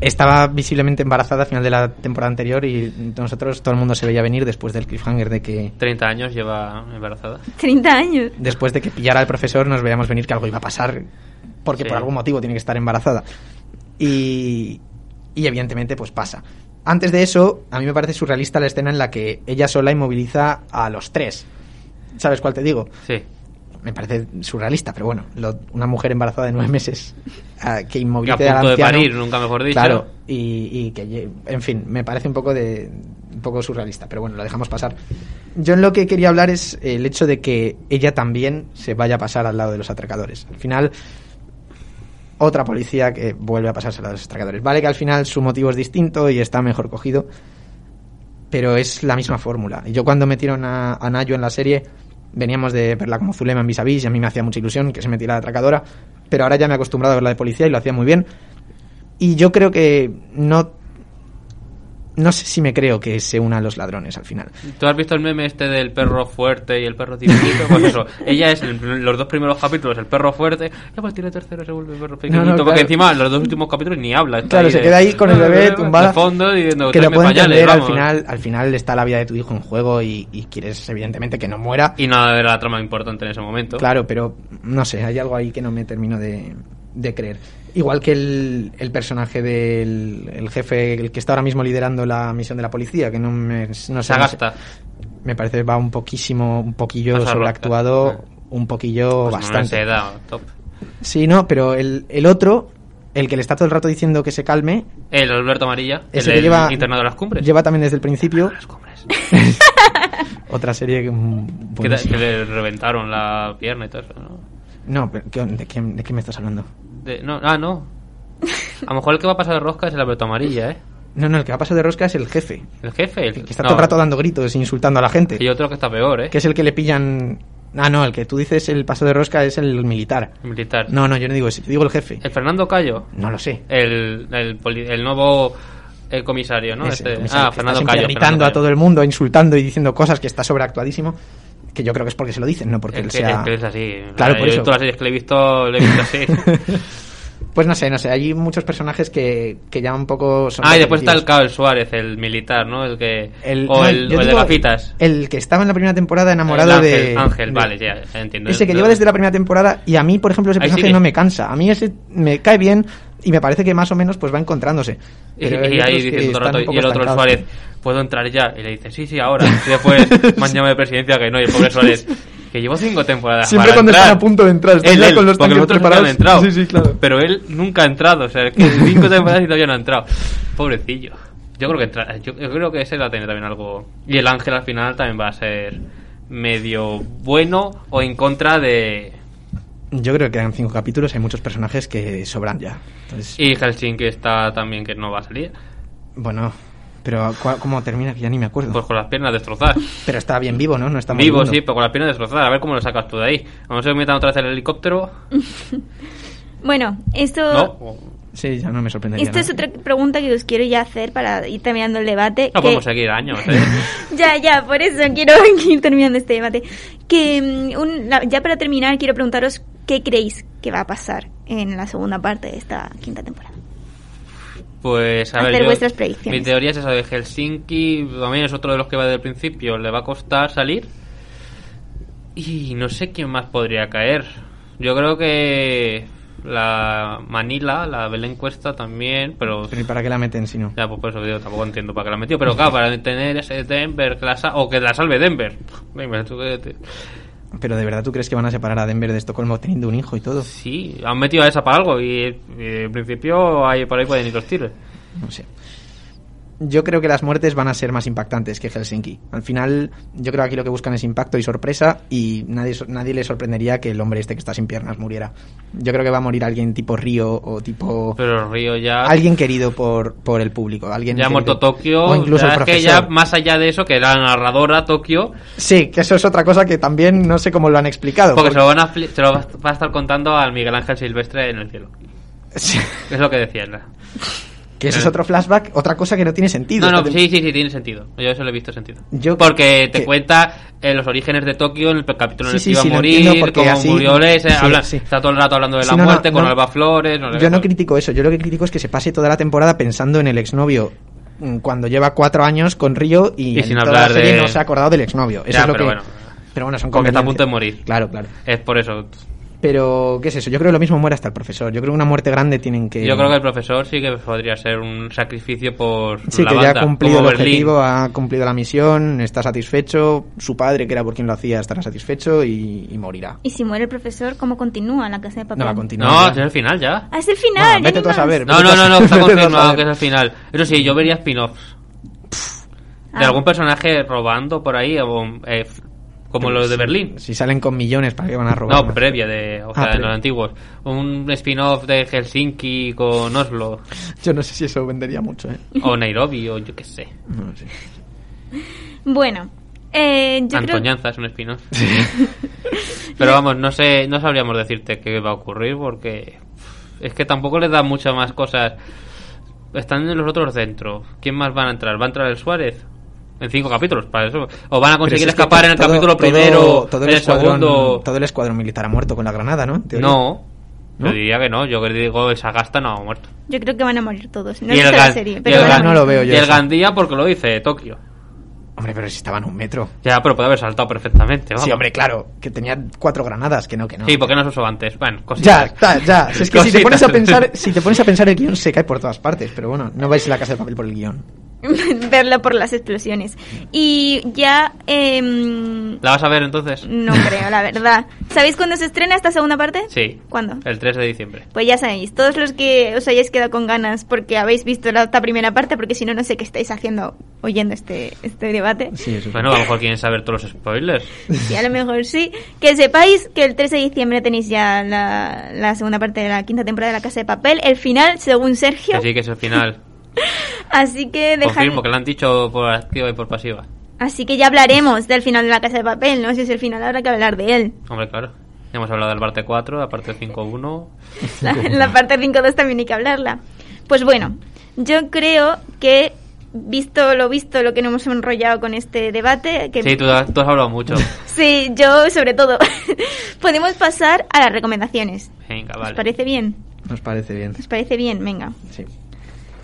C: estaba visiblemente embarazada a final de la temporada anterior y nosotros todo el mundo se veía venir después del cliffhanger de que
B: 30 años lleva embarazada.
A: 30 años.
C: después de que pillara al profesor nos veíamos venir que algo iba a pasar porque
B: Sí.
C: por algún motivo tiene que estar embarazada y, y evidentemente pues pasa antes de eso a mí me parece surrealista la escena en la que ella sola inmoviliza a los tres sabes cuál te digo
B: Sí.
C: me parece surrealista, pero bueno, lo- una mujer embarazada de nueve meses ah, que inmoviliza
B: Que a punto
C: al
B: de
C: anciano,
B: parir, nunca mejor dicho.
C: Claro, y, y que, lle- en fin, me parece un poco de un poco surrealista, pero bueno, lo dejamos pasar. Yo en lo que quería hablar es el hecho de que ella también se vaya a pasar al lado de los atracadores. Al final, otra policía que vuelve a pasarse a los atracadores. Vale que al final su motivo es distinto y está mejor cogido, pero es la misma fórmula. Y yo cuando metieron a, a Nayo en la serie, Veníamos de verla como Zulema en Vis a Vis y a mí me hacía mucha ilusión que se metiera la atracadora, pero ahora ya me he acostumbrado a verla de policía y lo hacía muy bien. Y yo creo que no. No sé si me creo que se una a los ladrones al final.
B: ¿Tú has visto el meme este del perro fuerte y el perro tiritito? Pues
C: *laughs*
B: eso, ella es en los dos primeros capítulos el perro fuerte, ya pues tiene tercero se vuelve el perro pequeñito,
C: No, no,
B: porque
C: claro.
B: encima los dos últimos capítulos ni habla. está
C: Claro,
B: *laughs*
C: se
B: de-
C: queda ahí con el bebé tumbada.
B: De fondo diciendo,
C: que lo
B: "Tráeme
C: puedo
B: pañales,
C: entender al
B: vamos".
C: final. Al final está la vida de tu hijo en juego y, y quieres, evidentemente, que no muera.
B: Y nada era la trama importante en ese momento.
C: Claro, pero no sé, hay algo ahí que no me termino de, de creer. Igual que el, el personaje del el jefe, el que está ahora mismo liderando la misión de la policía, que no me no sé, no sé.
B: se gasta.
C: Me parece que va un poquísimo, un poquillo
B: Más a
C: sobreactuado,
B: roca.
C: un poquillo
B: Pues no, no
C: bastante.
B: se da, top.
C: sí, no, pero el, el otro, el que le está todo el rato diciendo que se calme,
B: El Alberto Amarilla, el,
C: ese
B: del
C: que lleva
B: internado de las cumbres. Ah,
C: lleva Pues también desde el principio
B: Las cumbres.
C: otra serie que, mm,
B: Que, te-
C: buenísima.
B: que le reventaron la pierna y todo eso, ¿no?
C: No, pero ¿qué- ¿de quién- de qué me estás hablando?
B: De- no, ah, no. A lo mejor el que va a pasar de rosca es el Alberto Amarilla, ¿eh?
C: No, no, el que va a pasar de rosca es el jefe.
B: El jefe. El,
C: El que está
B: no,
C: todo el rato dando gritos e insultando a la gente.
B: Y otro que está peor, ¿eh?
C: Que es el que le pillan. Ah, no, el que tú dices el paso de rosca es el militar.
B: El militar.
C: No, no, yo no digo ese, yo digo el jefe.
B: El Fernando Cayo.
C: No lo sé.
B: El, el, poli- el nuevo eh, comisario, ¿no?
C: Ese,
B: Este-
C: el comisario
B: ah,
C: que está
B: Fernando
C: siempre
B: Cayo.
C: Gritando a todo el mundo, insultando y diciendo cosas que está sobreactuadísimo. Que yo creo que es porque se lo dicen, no porque
B: el
C: él
B: que,
C: sea.
B: el que es así.
C: Claro,
B: Yo
C: por eso.
B: todas las series que le he visto, le he visto
C: *laughs*
B: así.
C: Pues no sé, no sé. Hay muchos personajes que, que ya un poco. Son
B: ah, y después está el
C: repetitivos.
B: Cao Suárez, el militar, ¿no? El que...
C: El-
B: o
C: no,
B: el,
C: yo
B: o el de
C: digo
B: gafitas.
C: El que estaba en la primera temporada enamorado
B: El Ángel,
C: de.
B: Ángel,
C: de-
B: vale, ya, ya entiendo.
C: Ese que lleva desde la primera temporada y a mí, por ejemplo, ese
B: Ahí
C: personaje
B: sigue.
C: no me cansa. A mí ese me cae bien y me parece que más o menos pues va encontrándose.
B: Y,
C: Pero hay
B: y ahí
C: otros que
B: dice todo el
C: están
B: rato,
C: un poco
B: y el otro el
C: estancados. ¿eh?
B: Suárez, ¿puedo entrar ya? Y le dice, sí, sí, ahora. Y después,
C: *laughs*
B: mañana de presidencia, que no, y el pobre Suárez, que llevo cinco temporadas.
C: Siempre
B: para
C: cuando
B: entrar.
C: están a punto de entrar, están
B: Él,
C: ya
B: él,
C: con los
B: porque
C: tanques
B: los otros
C: preparados.
B: han entrado.
C: Sí, sí, claro.
B: Pero él nunca ha entrado, o sea, es que cinco temporadas y todavía no ha entrado. Pobrecillo. Yo creo que entra- yo, yo creo que ese va a tener también algo. Y el Ángel al final también va a ser medio bueno o en contra de.
C: Yo creo que quedan cinco capítulos, hay muchos personajes que sobran ya. Entonces,
B: Y Helsinki está también que no va a salir.
C: bueno, pero ¿cuál- ¿cómo termina? Que ya ni me acuerdo.
B: Pues con las piernas destrozadas.
C: pero está bien vivo, ¿no? No está
B: Vivo,
C: moribundo.
B: sí, pero con las piernas destrozadas. A ver cómo lo sacas tú de ahí. Vamos a metan otra vez el helicóptero.
A: Bueno, esto...
B: No, O-
C: Sí, ya no me sorprendería.
A: Esta Este es
C: nada.
A: otra pregunta que os quiero ya hacer para ir terminando el debate.
B: no
A: que-
B: podemos seguir años. ¿eh?
A: *laughs* Ya, ya, por eso quiero *laughs* ir terminando este debate. Que mm, un- la- ya para terminar quiero preguntaros qué creéis que va a pasar en la segunda parte de esta quinta temporada.
B: Pues a
A: Hacer
B: ver. yo-
A: vuestras predicciones.
B: Mi teoría es esa de Helsinki. También es otro de los que va desde el principio. Le va a costar salir. Y no sé quién más podría caer. Yo creo que la Manila, la Belén Cuesta también, pero
C: Pero ¿y para qué la meten si no?
B: Ya, pues por eso digo, tampoco entiendo para qué la han metido. Pero claro, para tener ese Denver, que la sa- o que la salve Denver. Venga, tú quédate.
C: Pero ¿de verdad tú crees que van a separar a Denver de Estocolmo teniendo un hijo y todo?
B: Sí, han metido a esa para algo. Y, y en principio, hay, por ahí pueden ir los tiros.
C: No sé. Yo creo que las muertes van a ser más impactantes que Helsinki. Al final, yo creo que aquí lo que buscan es impacto y sorpresa y nadie, so- nadie le sorprendería que el hombre este que está sin piernas muriera. Yo creo que va a morir alguien tipo Río o tipo...
B: Pero Río ya.
C: Alguien querido por, por el público. Alguien
B: ya ha
C: querido.
B: muerto Tokio.
C: O incluso
B: ya es
C: el
B: que
C: profesor.
B: ya, más allá de eso, que la narradora Tokio.
C: Sí, que eso es otra cosa que también no sé cómo lo han explicado.
B: Porque se
C: porque-
B: lo, van a, fli- se lo va va a estar contando al Miguel Ángel Silvestre en el cielo.
C: *laughs* Sí,
B: Es lo que decía. ¿no?
C: que ese es otro flashback, otra cosa que no tiene sentido.
B: No, no,
C: Esta
B: sí, sí, sí, tiene sentido. Yo eso lo he visto sentido.
C: Yo-
B: porque te
C: que-
B: cuenta eh, los orígenes de Tokio en el capítulo en el
C: Sí,
B: que
C: sí,
B: iba
C: sí,
B: a
C: lo
B: morir,
C: entiendo, porque
B: cómo
C: así-
B: murió ese,
C: sí,
B: habla-
C: sí.
B: está todo el rato hablando de la
C: Sí, no, no,
B: muerte con
C: no.
B: Alba Flores. no sé
C: Yo
B: qué
C: no
B: cosa.
C: critico eso, yo lo que critico es que se pase toda la temporada pensando en el exnovio mm, cuando lleva cuatro años con Río y,
B: Y
C: en
B: sin
C: toda
B: hablar
C: la serie
B: de-
C: no se ha acordado del exnovio. Eso
B: Ya,
C: es lo
B: pero
C: que...
B: bueno.
C: Pero bueno, son
B: Porque está a punto de
C: conveniencias.
B: morir.
C: Claro, claro.
B: Es por eso.
C: Pero, ¿qué es eso? Yo creo que lo mismo muere hasta el profesor. Yo creo que una muerte grande tienen que... mm,
B: Yo creo que el profesor sí que podría ser un sacrificio por
C: Sí,
B: la
C: que ya
B: banda,
C: ha cumplido el
B: como Berlín.
C: objetivo, ha cumplido la misión, está satisfecho, su padre, que era por quien lo hacía, estará satisfecho y, y morirá.
A: Y si muere el profesor, ¿cómo continúa la casa de papel?
C: No va a continuar.
B: No, es el final ya.
A: Ah, es el final.
C: Bueno,
A: ya
C: vete
A: ni
C: tú a
A: más.
C: saber.
B: No, no, no, no,
C: *laughs*
B: está
C: Vete a
B: confirmado
C: saber.
B: que es el final. Eso sí, yo vería spin-offs. De
A: Ah.
B: algún personaje robando por ahí, o, eh, como los de Berlín.
C: Si salen con millones, ¿para qué van a robar?
B: No, previa de, o
C: Ah,
B: sea, de los
C: previa.
B: antiguos. Un spin-off de Helsinki con Oslo
C: *laughs* Yo no sé si eso vendería mucho, ¿eh?
B: o Nairobi o yo qué sé.
C: No lo sé.
A: Bueno, Eh, yo creo-
B: Antoñanza es un
C: *laughs*
B: spin-off. *laughs* Pero vamos, no sé, no sabríamos decirte qué va a ocurrir porque es que tampoco les dan muchas más cosas. Están en los otros centros. ¿Quién más van a entrar? ¿Va a entrar el Suárez? En cinco capítulos, para eso. ¿O van a
C: Pero si
B: conseguir
C: es que
B: escapar en el
C: todo-
B: capítulo
C: todo-
B: primero,
C: todo
B: en el
C: escuadrón-
B: segundo?
C: Todo el escuadrón militar ha muerto con la granada, ¿no? En teoría.
B: No,
C: ¿No?
B: Yo diría que no. Yo que digo, esa gasta no ha muerto.
A: Yo creo que van a morir todos. No
B: Y
A: he
B: el
A: visto la
B: Gan- y
A: serie,
B: el
A: pero van a
C: Gan-
A: morir.
C: No lo
A: *laughs*
C: veo
B: Y
C: yo
B: el
C: eso.
B: Gandía porque lo dice Tokio.
C: Hombre, pero si estaban a un metro.
B: Ya, pero puede haber saltado perfectamente. vamos.
C: Sí, hombre, claro, que tenía cuatro granadas, que no, que no.
B: Sí, ¿por qué no se usó antes? Bueno,
C: Ya,
B: cositas.
C: está, ya. Si es que si
B: Cositas.
C: te pones
B: *laughs*
C: a pensar, si te pones a pensar el guión se cae por todas partes, pero bueno, no vais a la casa de papel por el guión.
A: verlo por las explosiones. Y ya... em,
B: ¿La vas a ver entonces?
A: no creo, la verdad. ¿Sabéis cuándo se estrena esta segunda parte?
B: Sí.
A: ¿Cuándo?
B: El 3 de diciembre.
A: Pues ya sabéis, todos los que os hayáis quedado con ganas porque habéis visto la, esta primera parte, porque si no, no sé qué estáis haciendo oyendo este, este debate.
C: Sí, eso. sí.
B: Bueno, a lo mejor quieren saber todos los spoilers.
A: Sí, a lo mejor sí. Que sepáis que el 13 de diciembre tenéis ya la, la segunda parte de la quinta temporada de La Casa de Papel, el final, según Sergio.
B: Que sí, que es
A: *laughs*
B: el final.
A: Así que dejad...
B: Confirmo que lo han dicho por activa y por pasiva.
A: Así que ya hablaremos del final de La Casa de Papel, ¿no? Si es el final, habrá que hablar de
B: *laughs*
A: él.
B: Hombre, claro. Ya hemos hablado del parte 4, la parte 5-1.
A: La, la parte 5.2 también hay que hablarla. Pues bueno, yo creo que, visto lo visto, lo que nos hemos enrollado con este debate... Que
B: Sí, tú, has tú has
A: *laughs*
B: hablado mucho.
A: Sí, yo sobre todo. *laughs* Podemos pasar a las recomendaciones.
B: Venga,
A: ¿Os
B: Ah, vale.
A: parece bien?
C: Nos parece bien.
A: ¿Os parece bien? Venga.
C: Sí.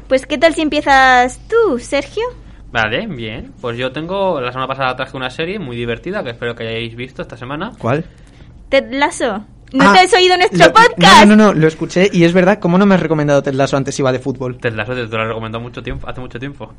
A: Pues ¿qué tal si empiezas tú, Sergio?
B: Vale, bien. Pues yo tengo, la semana pasada traje una serie muy divertida que espero que hayáis visto esta semana.
C: ¿Cuál?
A: Ted Lasso. ¿No
C: Ah,
A: te has oído nuestro
C: lo-
A: podcast?
C: No, no, no, lo escuché y es verdad, como no me has recomendado Ted Lasso antes iba de fútbol.
B: Ted Lasso te te lo he recomendado mucho tiempo, hace mucho tiempo.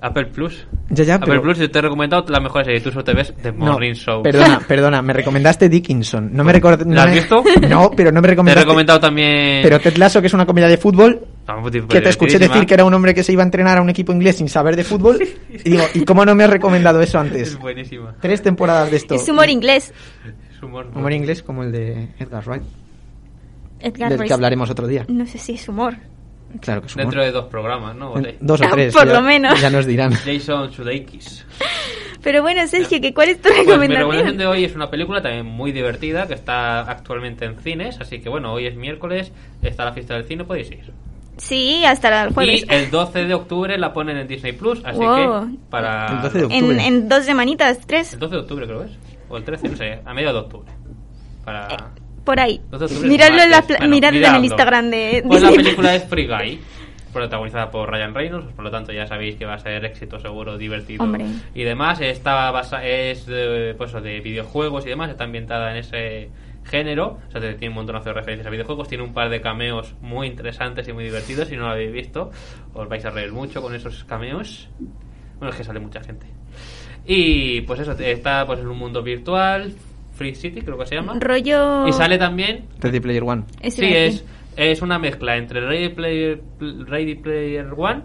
B: Apple Plus.
C: Ya, ya,
B: Apple
C: pero-
B: Plus, yo te he recomendado las mejores series. Tú solo te ves The Morning
C: no,
B: Show.
C: Perdona, perdona, me recomendaste Dickinson. No me record... no
B: ¿La has
C: me-
B: visto?
C: No, pero no
B: Te
C: me
B: he
C: recomendaste.
B: recomendado también...
C: Pero Ted Lasso, que es una comedia de fútbol,
B: Ah, muy
C: que te escuché
B: divertidísima.
C: decir que era un hombre que se iba a entrenar a un equipo inglés sin saber
B: *laughs*
C: de fútbol. Y digo, ¿y cómo no me has recomendado eso antes?
B: Es buenísima.
C: Tres temporadas de esto.
A: Es humor inglés.
B: Es humor. ¿no?
C: Humor inglés como el de Edgar Wright,
A: Edgar
C: del
A: Rice. Mm.
C: que hablaremos otro día.
A: No sé si es humor.
C: Claro que es humor.
B: Dentro de dos programas, ¿no?
C: En- Dos o
A: Ah,
C: tres.
A: por
C: ya-
A: lo menos.
C: Ya
B: *laughs*
C: nos dirán.
A: *laughs*
B: Jason Sudeikis.
A: Pero bueno, Sergio, ¿qué, ¿cuál es tu
B: Pues mi recomendación
A: recomendación?
B: de hoy es una película también muy divertida que está actualmente en cines, así que bueno, hoy es miércoles, está la fiesta del cine, podéis ir.
A: sí, hasta el jueves.
B: Y el 12 de octubre la ponen en Disney Plus, así
A: Wow.
B: que para
C: El 12 de octubre.
A: En, en dos semanitas, tres,
B: El 12 de octubre creo que es, o el 13, no sé, a mediados de octubre. Para
A: por ahí.
B: 12 de octubre es
A: Miradlo en, la, eh,
B: martes.
A: pla-
B: Bueno,
A: miradlo en el
B: miradlo.
A: Instagram de
B: Pues la
A: Disney+.
B: película es Free Guy, protagonizada por Ryan Reynolds, pues por lo tanto ya sabéis que va a ser éxito seguro, divertido
A: Hombre.
B: y demás. Está basa es de, pues, de videojuegos y demás, está ambientada en ese género, o sea, te- tiene un montonazo de referencias a videojuegos, tiene un par de cameos muy interesantes y muy divertidos, si no lo habéis visto, os vais a reír mucho con esos cameos. Bueno, es que sale mucha gente. Y pues eso, te- está pues en un mundo virtual, Free City creo que se llama.
A: Rollo...
B: Y sale también
C: Ready Player One.
A: Eso
B: sí,
A: iba a
B: es,
A: decir.
B: es una mezcla entre Ready Player, Ready Player One,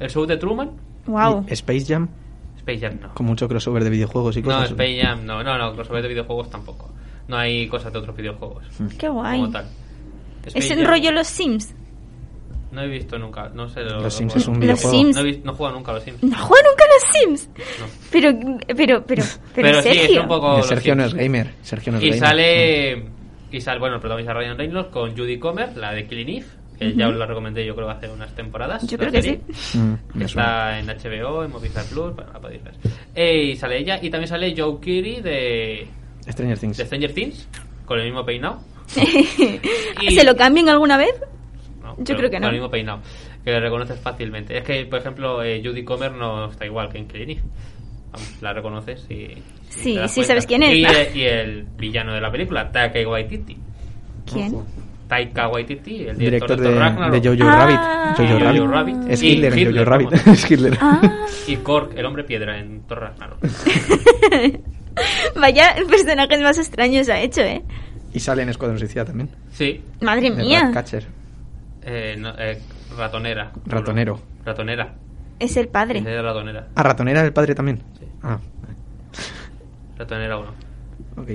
B: el show de Truman,
A: Wow.
C: Y Space Jam,
B: Space Jam no.
C: con mucho crossover de videojuegos y
B: No,
C: cosas.
B: Space Jam no, no, no, crossover de videojuegos tampoco. No hay cosas de otros videojuegos.
C: Mm.
A: Qué guay.
B: Como tal.
A: Es
B: Space
A: un
B: Jam
A: rollo Los Sims.
B: No he visto nunca, no sé. lo-
C: Los
B: lo
C: Sims
B: juego.
C: es un
A: Los
C: videojuego.
A: Sims.
B: No, he vi- no he jugado nunca a los Sims.
A: No juega nunca a Los Sims.
B: No.
A: Pero, pero, pero, pero,
B: Pero sí, es
A: Sergio.
B: un poco-
C: Eh,
B: los
C: Sergio no es
B: Sims.
C: gamer. Sergio no es
B: Y
C: gamer.
B: sale, y sale, bueno, protagoniza Ryan Reynolds con Judy Comer, la de Killing Eve, que ya os la recomendé yo creo hace unas temporadas.
A: Yo
B: la
A: creo que
B: serie.
A: sí.
C: Mm, me suena.
B: Está en HBO, en Movistar Plus, bueno, la podéis ver. Eh, y sale ella, y también sale Joe Keery de,
C: Stranger Things.
B: de Stranger Things, con el mismo peinado. *laughs* Y-
A: ¿Se lo cambian alguna vez?
B: No,
A: Yo
B: pero
A: creo que no.
B: Con el mismo peinado, que le reconoces fácilmente. Es que, por ejemplo, eh, Judy Comer no está igual que en Clinic. La reconoces y. y
A: Sí,
B: te das
A: sí
B: cuenta.
A: sabes quién es,
B: Y,
A: ¿no?
B: eh, y el villano de la película, Taika Waititi.
A: ¿Quién?
B: Taika Waititi, el director,
C: Director de,
B: Thor Ragnarok.
C: de Jojo
A: Ah.
C: Rabbit.
A: Y
C: Jojo
A: Jojo
C: Rabbit.
B: Rabbit.
C: Es
B: Y
C: Hitler, en Jojo
B: Hitler,
C: Rabbit.
B: vamos.
C: *laughs* es Hitler.
A: Ah, *laughs*
B: Y Korg, el hombre piedra en Thor
C: *laughs*
B: Ragnarok.
A: vaya personajes más extraños ha hecho, ¿eh?
C: Y sale en Escuadrón Suicida también.
B: Sí,
A: Madre
C: De
A: mía.
C: Ratcatcher.
B: Eh, no, eh, ratonera.
C: Ratonero.
B: Ratonera.
A: Es el
B: Dice
A: padre.
B: de ratonera.
C: Ah, Ratonera el padre también.
B: Sí.
C: Ah,
B: Ratonera 1.
C: ok.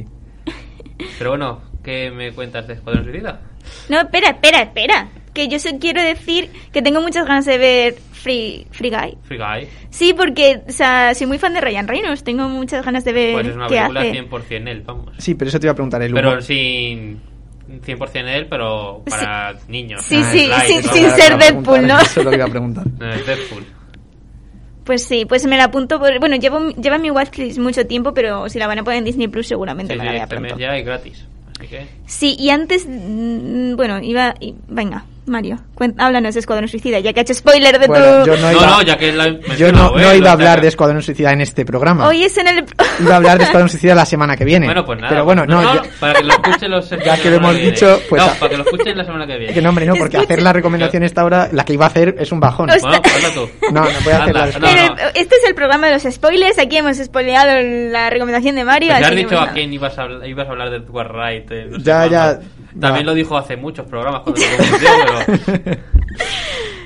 B: Pero bueno, ¿qué me cuentas de Escuadrón Suicida?
A: No, espera, espera, espera. que yo se quiero decir que tengo muchas ganas de ver Free, Free Guy.
B: Free Guy.
A: Sí, porque o sea, soy muy fan de Ryan Reynolds, tengo muchas ganas de ver
B: Pues es una
A: Eh, qué
B: película
A: hace.
B: 100% él, vamos.
C: Sí, pero eso te iba a preguntar el
B: pero
C: humor.
B: sin 100% él, pero para niños.
A: Sí,
B: Ah,
A: sí,
B: Sly,
A: sí,
B: ¿no?
C: Eso
A: sin
C: era lo que
A: ser
C: iba a preguntar,
A: Deadpool, ¿no?
C: Eso es lo que iba
B: *laughs*
C: a preguntar.
B: No, es Deadpool.
A: Pues sí, pues me la apunto. Por, bueno, llevo, lleva mi watchlist mucho tiempo, pero si la van a poner en Disney Plus seguramente
B: Sí,
A: me
B: sí,
A: la vea
B: este mes
A: pronto.
B: ya es gratis. Así que...
A: Sí, y antes, mm, bueno, iba... y- venga, Mario, cuen- háblanos de Escuadrón Suicida, ya que ha hecho spoiler de
C: Bueno,
A: tu...
C: yo
B: No,
C: No iba-
B: no, ya que la he
C: Yo
B: mencionado,
C: no,
B: ¿eh?
C: no iba a
B: O
C: hablar
B: sea,
C: de Escuadrón Suicida en este programa.
A: Hoy es en el...
C: *laughs* Iba a
A: *laughs*
C: hablar de Escuadrón Suicida la semana que viene.
B: Bueno, pues nada.
C: Pero bueno, no, yo-
B: para que lo escuchen los
C: *laughs* Ya que lo hemos
B: viene.
C: dicho, pues
B: No,
C: a-
B: para que lo escuchen la semana que viene.
C: que no, hombre, no, porque
A: Escucha.
C: hacer la recomendación a esta hora, la que iba a hacer, es un bajón.
A: Hostia.
B: Bueno, pues hazla tú.
C: No, no voy a hacerla
B: Hazla,
C: después.
B: no,
A: Pero,
B: no.
A: eh, Este es el programa de los spoilers, aquí hemos spoileado la recomendación de Mario.
B: Pues ya
A: así
B: has
A: que,
B: dicho
A: bueno.
B: a quién ibas a, habl- ibas a hablar de Edward Wright. eh, no sé
C: Ya,
B: cuándo.
C: ya,
B: También
C: ya.
B: lo dijo hace muchos programas cuando lo conoció,
C: *laughs*
B: pero...
C: *laughs*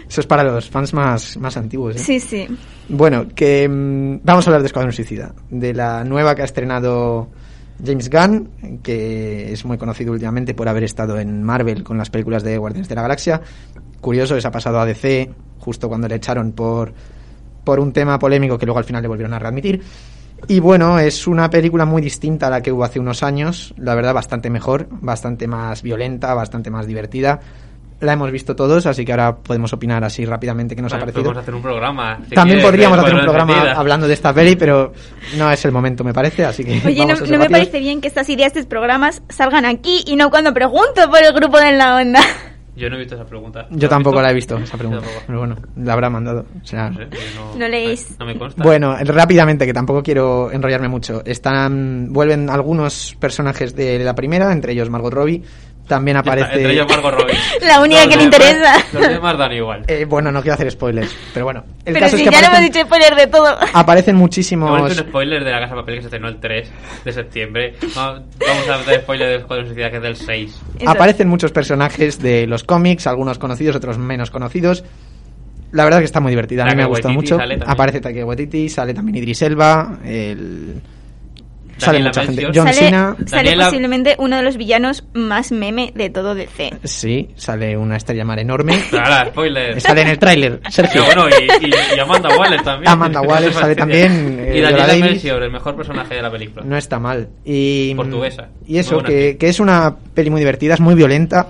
C: Eso es para los fans más, más antiguos. ¿eh?
A: Sí,
C: *laughs*
A: sí.
C: Bueno, que mm, vamos a hablar de Escuadrón Suicida, de la nueva que ha estrenado James Gunn, que es muy conocido últimamente por haber estado en Marvel con las películas de Guardianes de la Galaxia. Curioso, les ha pasado a DC justo cuando le echaron por, por un tema polémico que luego al final le volvieron a readmitir. Y bueno, es una película muy distinta a la que hubo hace unos años, la verdad bastante mejor, bastante más violenta, bastante más divertida. La hemos visto todos, así que ahora podemos opinar así rápidamente qué nos ha
B: Bueno,
C: parecido.
B: podemos hacer un programa. si
C: También
B: quieres,
C: podríamos
B: de
C: hacer un
B: Escuadrón
C: programa
B: Suicida.
C: hablando de esta peli, pero no es el momento, me parece, así que
A: Oye, no,
C: vamos a ser
A: no me
C: rápidos.
A: parece bien que estas ideas de estos programas salgan aquí y no cuando pregunto por el grupo de en la onda.
B: Yo no he visto esa pregunta. ¿La
C: Yo
B: has
C: tampoco
B: visto?
C: la he visto, esa pregunta.
B: Tampoco.
C: Pero bueno, la habrá mandado. será-
B: No sé, yo no,
A: No leéis.
B: No me consta.
C: Bueno, rápidamente, que tampoco quiero enrollarme mucho. Están Vuelven algunos personajes de la primera, entre ellos Margot Robbie. También
B: Ya está,
C: aparece...
B: entre ellos Margot Robbie.
A: *laughs* La única
B: Los
A: que le
B: demás-
A: interesa.
B: Los demás dan
C: *laughs*
B: igual.
C: Eh, bueno, no quiero hacer spoilers, pero bueno. El
A: Pero
C: caso
A: si
C: es que
A: ya le hemos
C: aparecen,
A: dicho spoiler de todo. *laughs*
C: aparecen
B: Hemos
C: muchísimos...
B: hecho un spoiler de la Casa de Papel que se estrenó el 3 de septiembre. Va- Vamos a hacer spoiler de Escuadrón Suicida que es del 6.
A: Eso.
C: Aparecen muchos personajes de los cómics, algunos conocidos, otros menos conocidos. La verdad es que está muy divertida, a mí
B: Taika
C: me ha gustado
B: Waititi
C: mucho.
B: sale también.
C: Aparece Taika Waititi, sale también Idris Elba, el... sale
B: Daniela
C: mucha gente.
B: Melchior.
C: John
A: sale
C: Cena,
A: sale
B: Daniela-
A: posiblemente uno de los villanos más meme de todo DC.
C: sí, sale una estrella
B: *laughs*
C: mar enorme.
B: Claro, spoiler.
C: sale en el tráiler, Sergio.
B: Pero bueno, y, y- y Amanda Waller también.
C: Amanda
B: *laughs*
C: Waller sale también, eh,
B: y
C: Viola
B: Daniela
C: Davis.
B: Melchior, el mejor personaje de la película.
C: No está mal. Y,
B: Portuguesa.
C: Y
B: Muy
C: eso,
B: buena
C: que,
B: actriz.
C: que es una peli muy divertida, es muy violenta.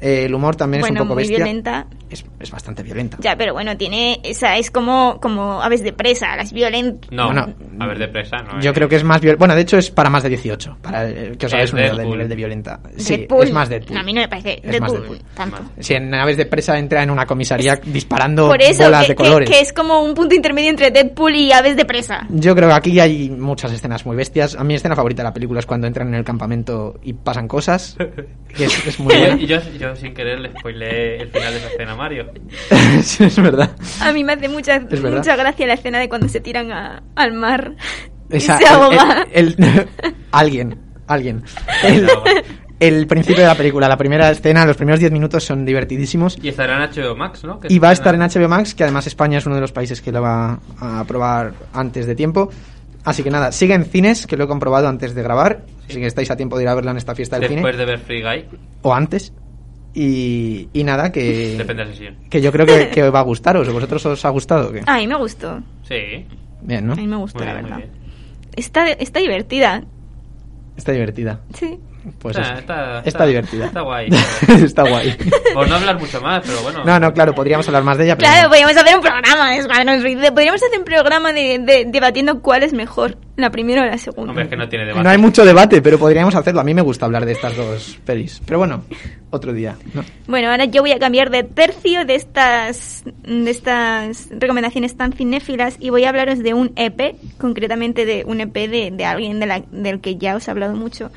C: Eh, el humor también es
A: bueno,
C: un poco
A: muy
C: bestia.
A: violenta.
C: Es, es bastante violenta.
A: Ya, pero bueno, tiene. Esa es como, como aves de presa, las violentas.
B: No,
C: Bueno,
B: a ver, de presa, ¿no? *laughs*
C: Yo
B: eh.
C: creo que es más viol- Bueno, de hecho es para más de 18, para eh, que os
B: Es
C: hagáis una idea del
B: Deadpool.
C: nivel de violenta. Sí, es más Deadpool.
A: A mí no me parece
C: Es más
A: Deadpool,
C: Deadpool.
A: tanto.
B: Más.
C: Si en naves de presa entra en una comisaría disparando
A: Por eso,
C: bolas
A: que,
C: de
A: que-
C: colores.
A: que es como un punto intermedio entre Deadpool y aves de presa.
C: Yo creo que aquí hay muchas escenas muy bestias. A mi escena favorita de la película es cuando entran en el campamento y pasan cosas. que es,
B: *laughs*
C: es muy
B: Y yo-
C: buena.
B: y yo, yo sin querer le spoileé el final de esa escena a Mario.
C: *laughs* Sí, es verdad.
A: A mí me hace mucha,
C: Es verdad.
A: mucha gracia la escena de cuando se tiran a- al mar
C: Esa-
A: y se ahoga.
C: el- el- *laughs* alguien, alguien. El, el principio de la película, la primera escena, los primeros 10 minutos son divertidísimos.
B: Y estará en HBO Max, ¿no? Que
C: Y va a estar en
B: estrena-
C: HBO Max, que además España es uno de los países que la va a aprobar antes de tiempo. Así que nada, sigue en cines, que lo he comprobado antes de grabar. Así que estáis a tiempo de ir a verla en esta fiesta del
B: Después
C: cine.
B: de ver Free Guy,
C: O antes. Y, y nada,
B: depende de
C: que,
B: la sesión.
C: que yo creo que,
B: *laughs*
C: que va a gustaros. ¿Vosotros os ha gustado? o qué?
A: A mí me gustó.
B: Sí.
C: Bien, ¿no?
A: Ah, A mí me gustó,
B: Muy
A: la
B: bien, muy
A: verdad.
B: bien.
A: Está, está divertida.
C: Está divertida.
A: Sí.
C: Pues
B: Ah,
C: eso.
B: está-
C: Está
B: está-
C: divertida.
B: está guay.
C: *laughs* está
B: *laughs*
C: guay.
B: Por no hablar mucho más, pero bueno.
C: No, no, claro, podríamos hablar más de ella, pero
A: Claro,
C: no.
A: podríamos hacer un programa de Escuadrón Suicida. Podríamos hacer un programa de, de- debatiendo cuál es mejor, la primera o la segunda.
B: Hombre, es que no tiene debate.
C: No hay mucho debate, pero podríamos hacerlo. A mí me gusta hablar de estas dos pelis. Pero bueno, otro día. ¿no?
A: Bueno, ahora yo voy a cambiar de tercio de estas, de estas recomendaciones tan cinéfilas y voy a hablaros de un EP, concretamente de un EP de, de alguien de la- del que ya os he hablado mucho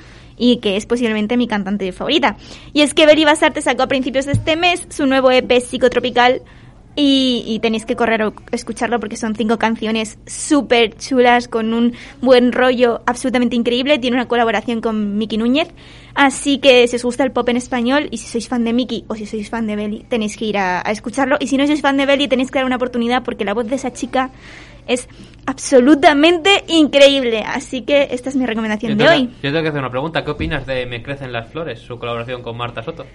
A: y que es posiblemente mi cantante favorita. Y es que Beri Basarte sacó a principios de este mes su nuevo EP psicotropical y, y tenéis que correr a escucharlo porque son cinco canciones súper chulas con un buen rollo absolutamente increíble. Tiene una colaboración con Miki Núñez. Así que si os gusta el pop en español y si sois fan de Miki o si sois fan de Belly, tenéis que ir a, a escucharlo. Y si no sois fan de Belly, tenéis que dar una oportunidad porque la voz de esa chica es absolutamente increíble. Así que esta es mi recomendación
B: Yo
A: de
B: tengo,
A: hoy.
B: yo tengo que hacer una pregunta. ¿Qué opinas de Me Crecen las Flores, su colaboración con Marta Soto?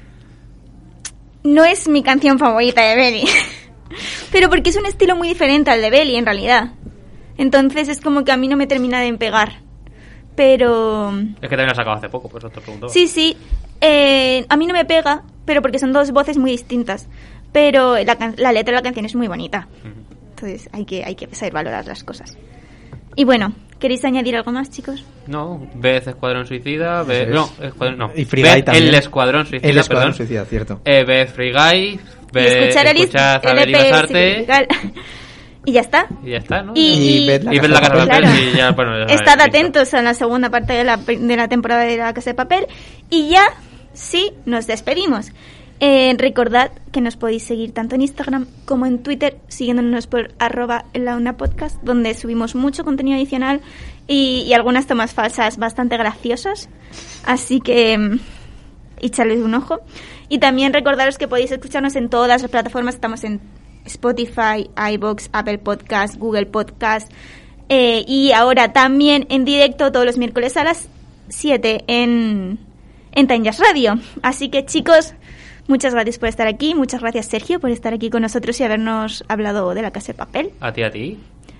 A: no es mi canción favorita de Belly. *laughs* Pero porque es un estilo muy diferente al de Belly, en realidad. Entonces es como que a mí no me termina de pegar. Pero...
B: Es que también la sacado hace poco, por eso te pregunto.
A: Sí, sí. eh, a mí no me pega, pero porque son dos voces muy distintas. Pero la, can- la letra de la canción es muy bonita. Entonces hay que, hay que saber valorar las cosas. Y bueno, ¿queréis añadir algo más, chicos?
B: No, ves Escuadrón Suicida, ves...
C: Eso
B: No,
C: es.
B: Escuadrón, no.
C: Y Free Guy
B: Ved
C: también.
B: El Escuadrón Suicida,
C: El Escuadrón
B: perdón.
C: Suicida, cierto.
B: Eh, ves Free Guy, ves...
A: y escuchar el
B: escuchas a Belén
A: LP
B: Azarte,
A: significa- *laughs* Y ya está.
B: Y ya está, ¿no?
A: Y-
C: ved la
B: Y ves la
C: casa
B: casa de
A: Claro.
B: papel y ya, bueno... ya
A: Estad
B: sabes, listo.
A: atentos a la segunda parte de la, de la temporada de La Casa de Papel. Y ya, sí, nos despedimos. Eh, recordad que nos podéis seguir tanto en Instagram como en Twitter, siguiéndonos por arroba en la una podcast, donde subimos mucho contenido adicional y, y algunas tomas falsas bastante graciosas. Así que mm, echarles un ojo. Y también recordaros que podéis escucharnos en todas las plataformas. Estamos en Spotify, iBox, Apple Podcast, Google Podcast. eh, y ahora también en directo todos los miércoles a las 7 en, en Time Jazz Radio. Así que chicos, muchas gracias por estar aquí. Muchas gracias Sergio por estar aquí con nosotros y habernos hablado de la casa de papel.
B: A ti, a ti.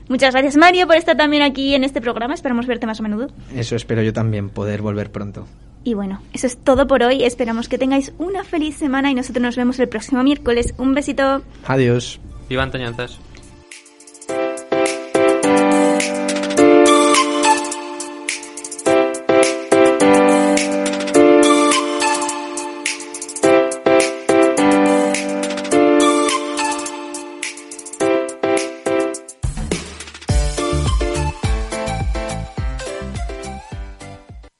A: Muchas gracias Mario por estar también aquí en este programa. Esperamos verte más a menudo.
C: Eso espero yo también, poder volver pronto.
A: Y bueno, eso es todo por hoy. Esperamos que tengáis una feliz semana y nosotros nos vemos el próximo miércoles. Un besito.
C: Adiós.
B: Iván Toñanzas.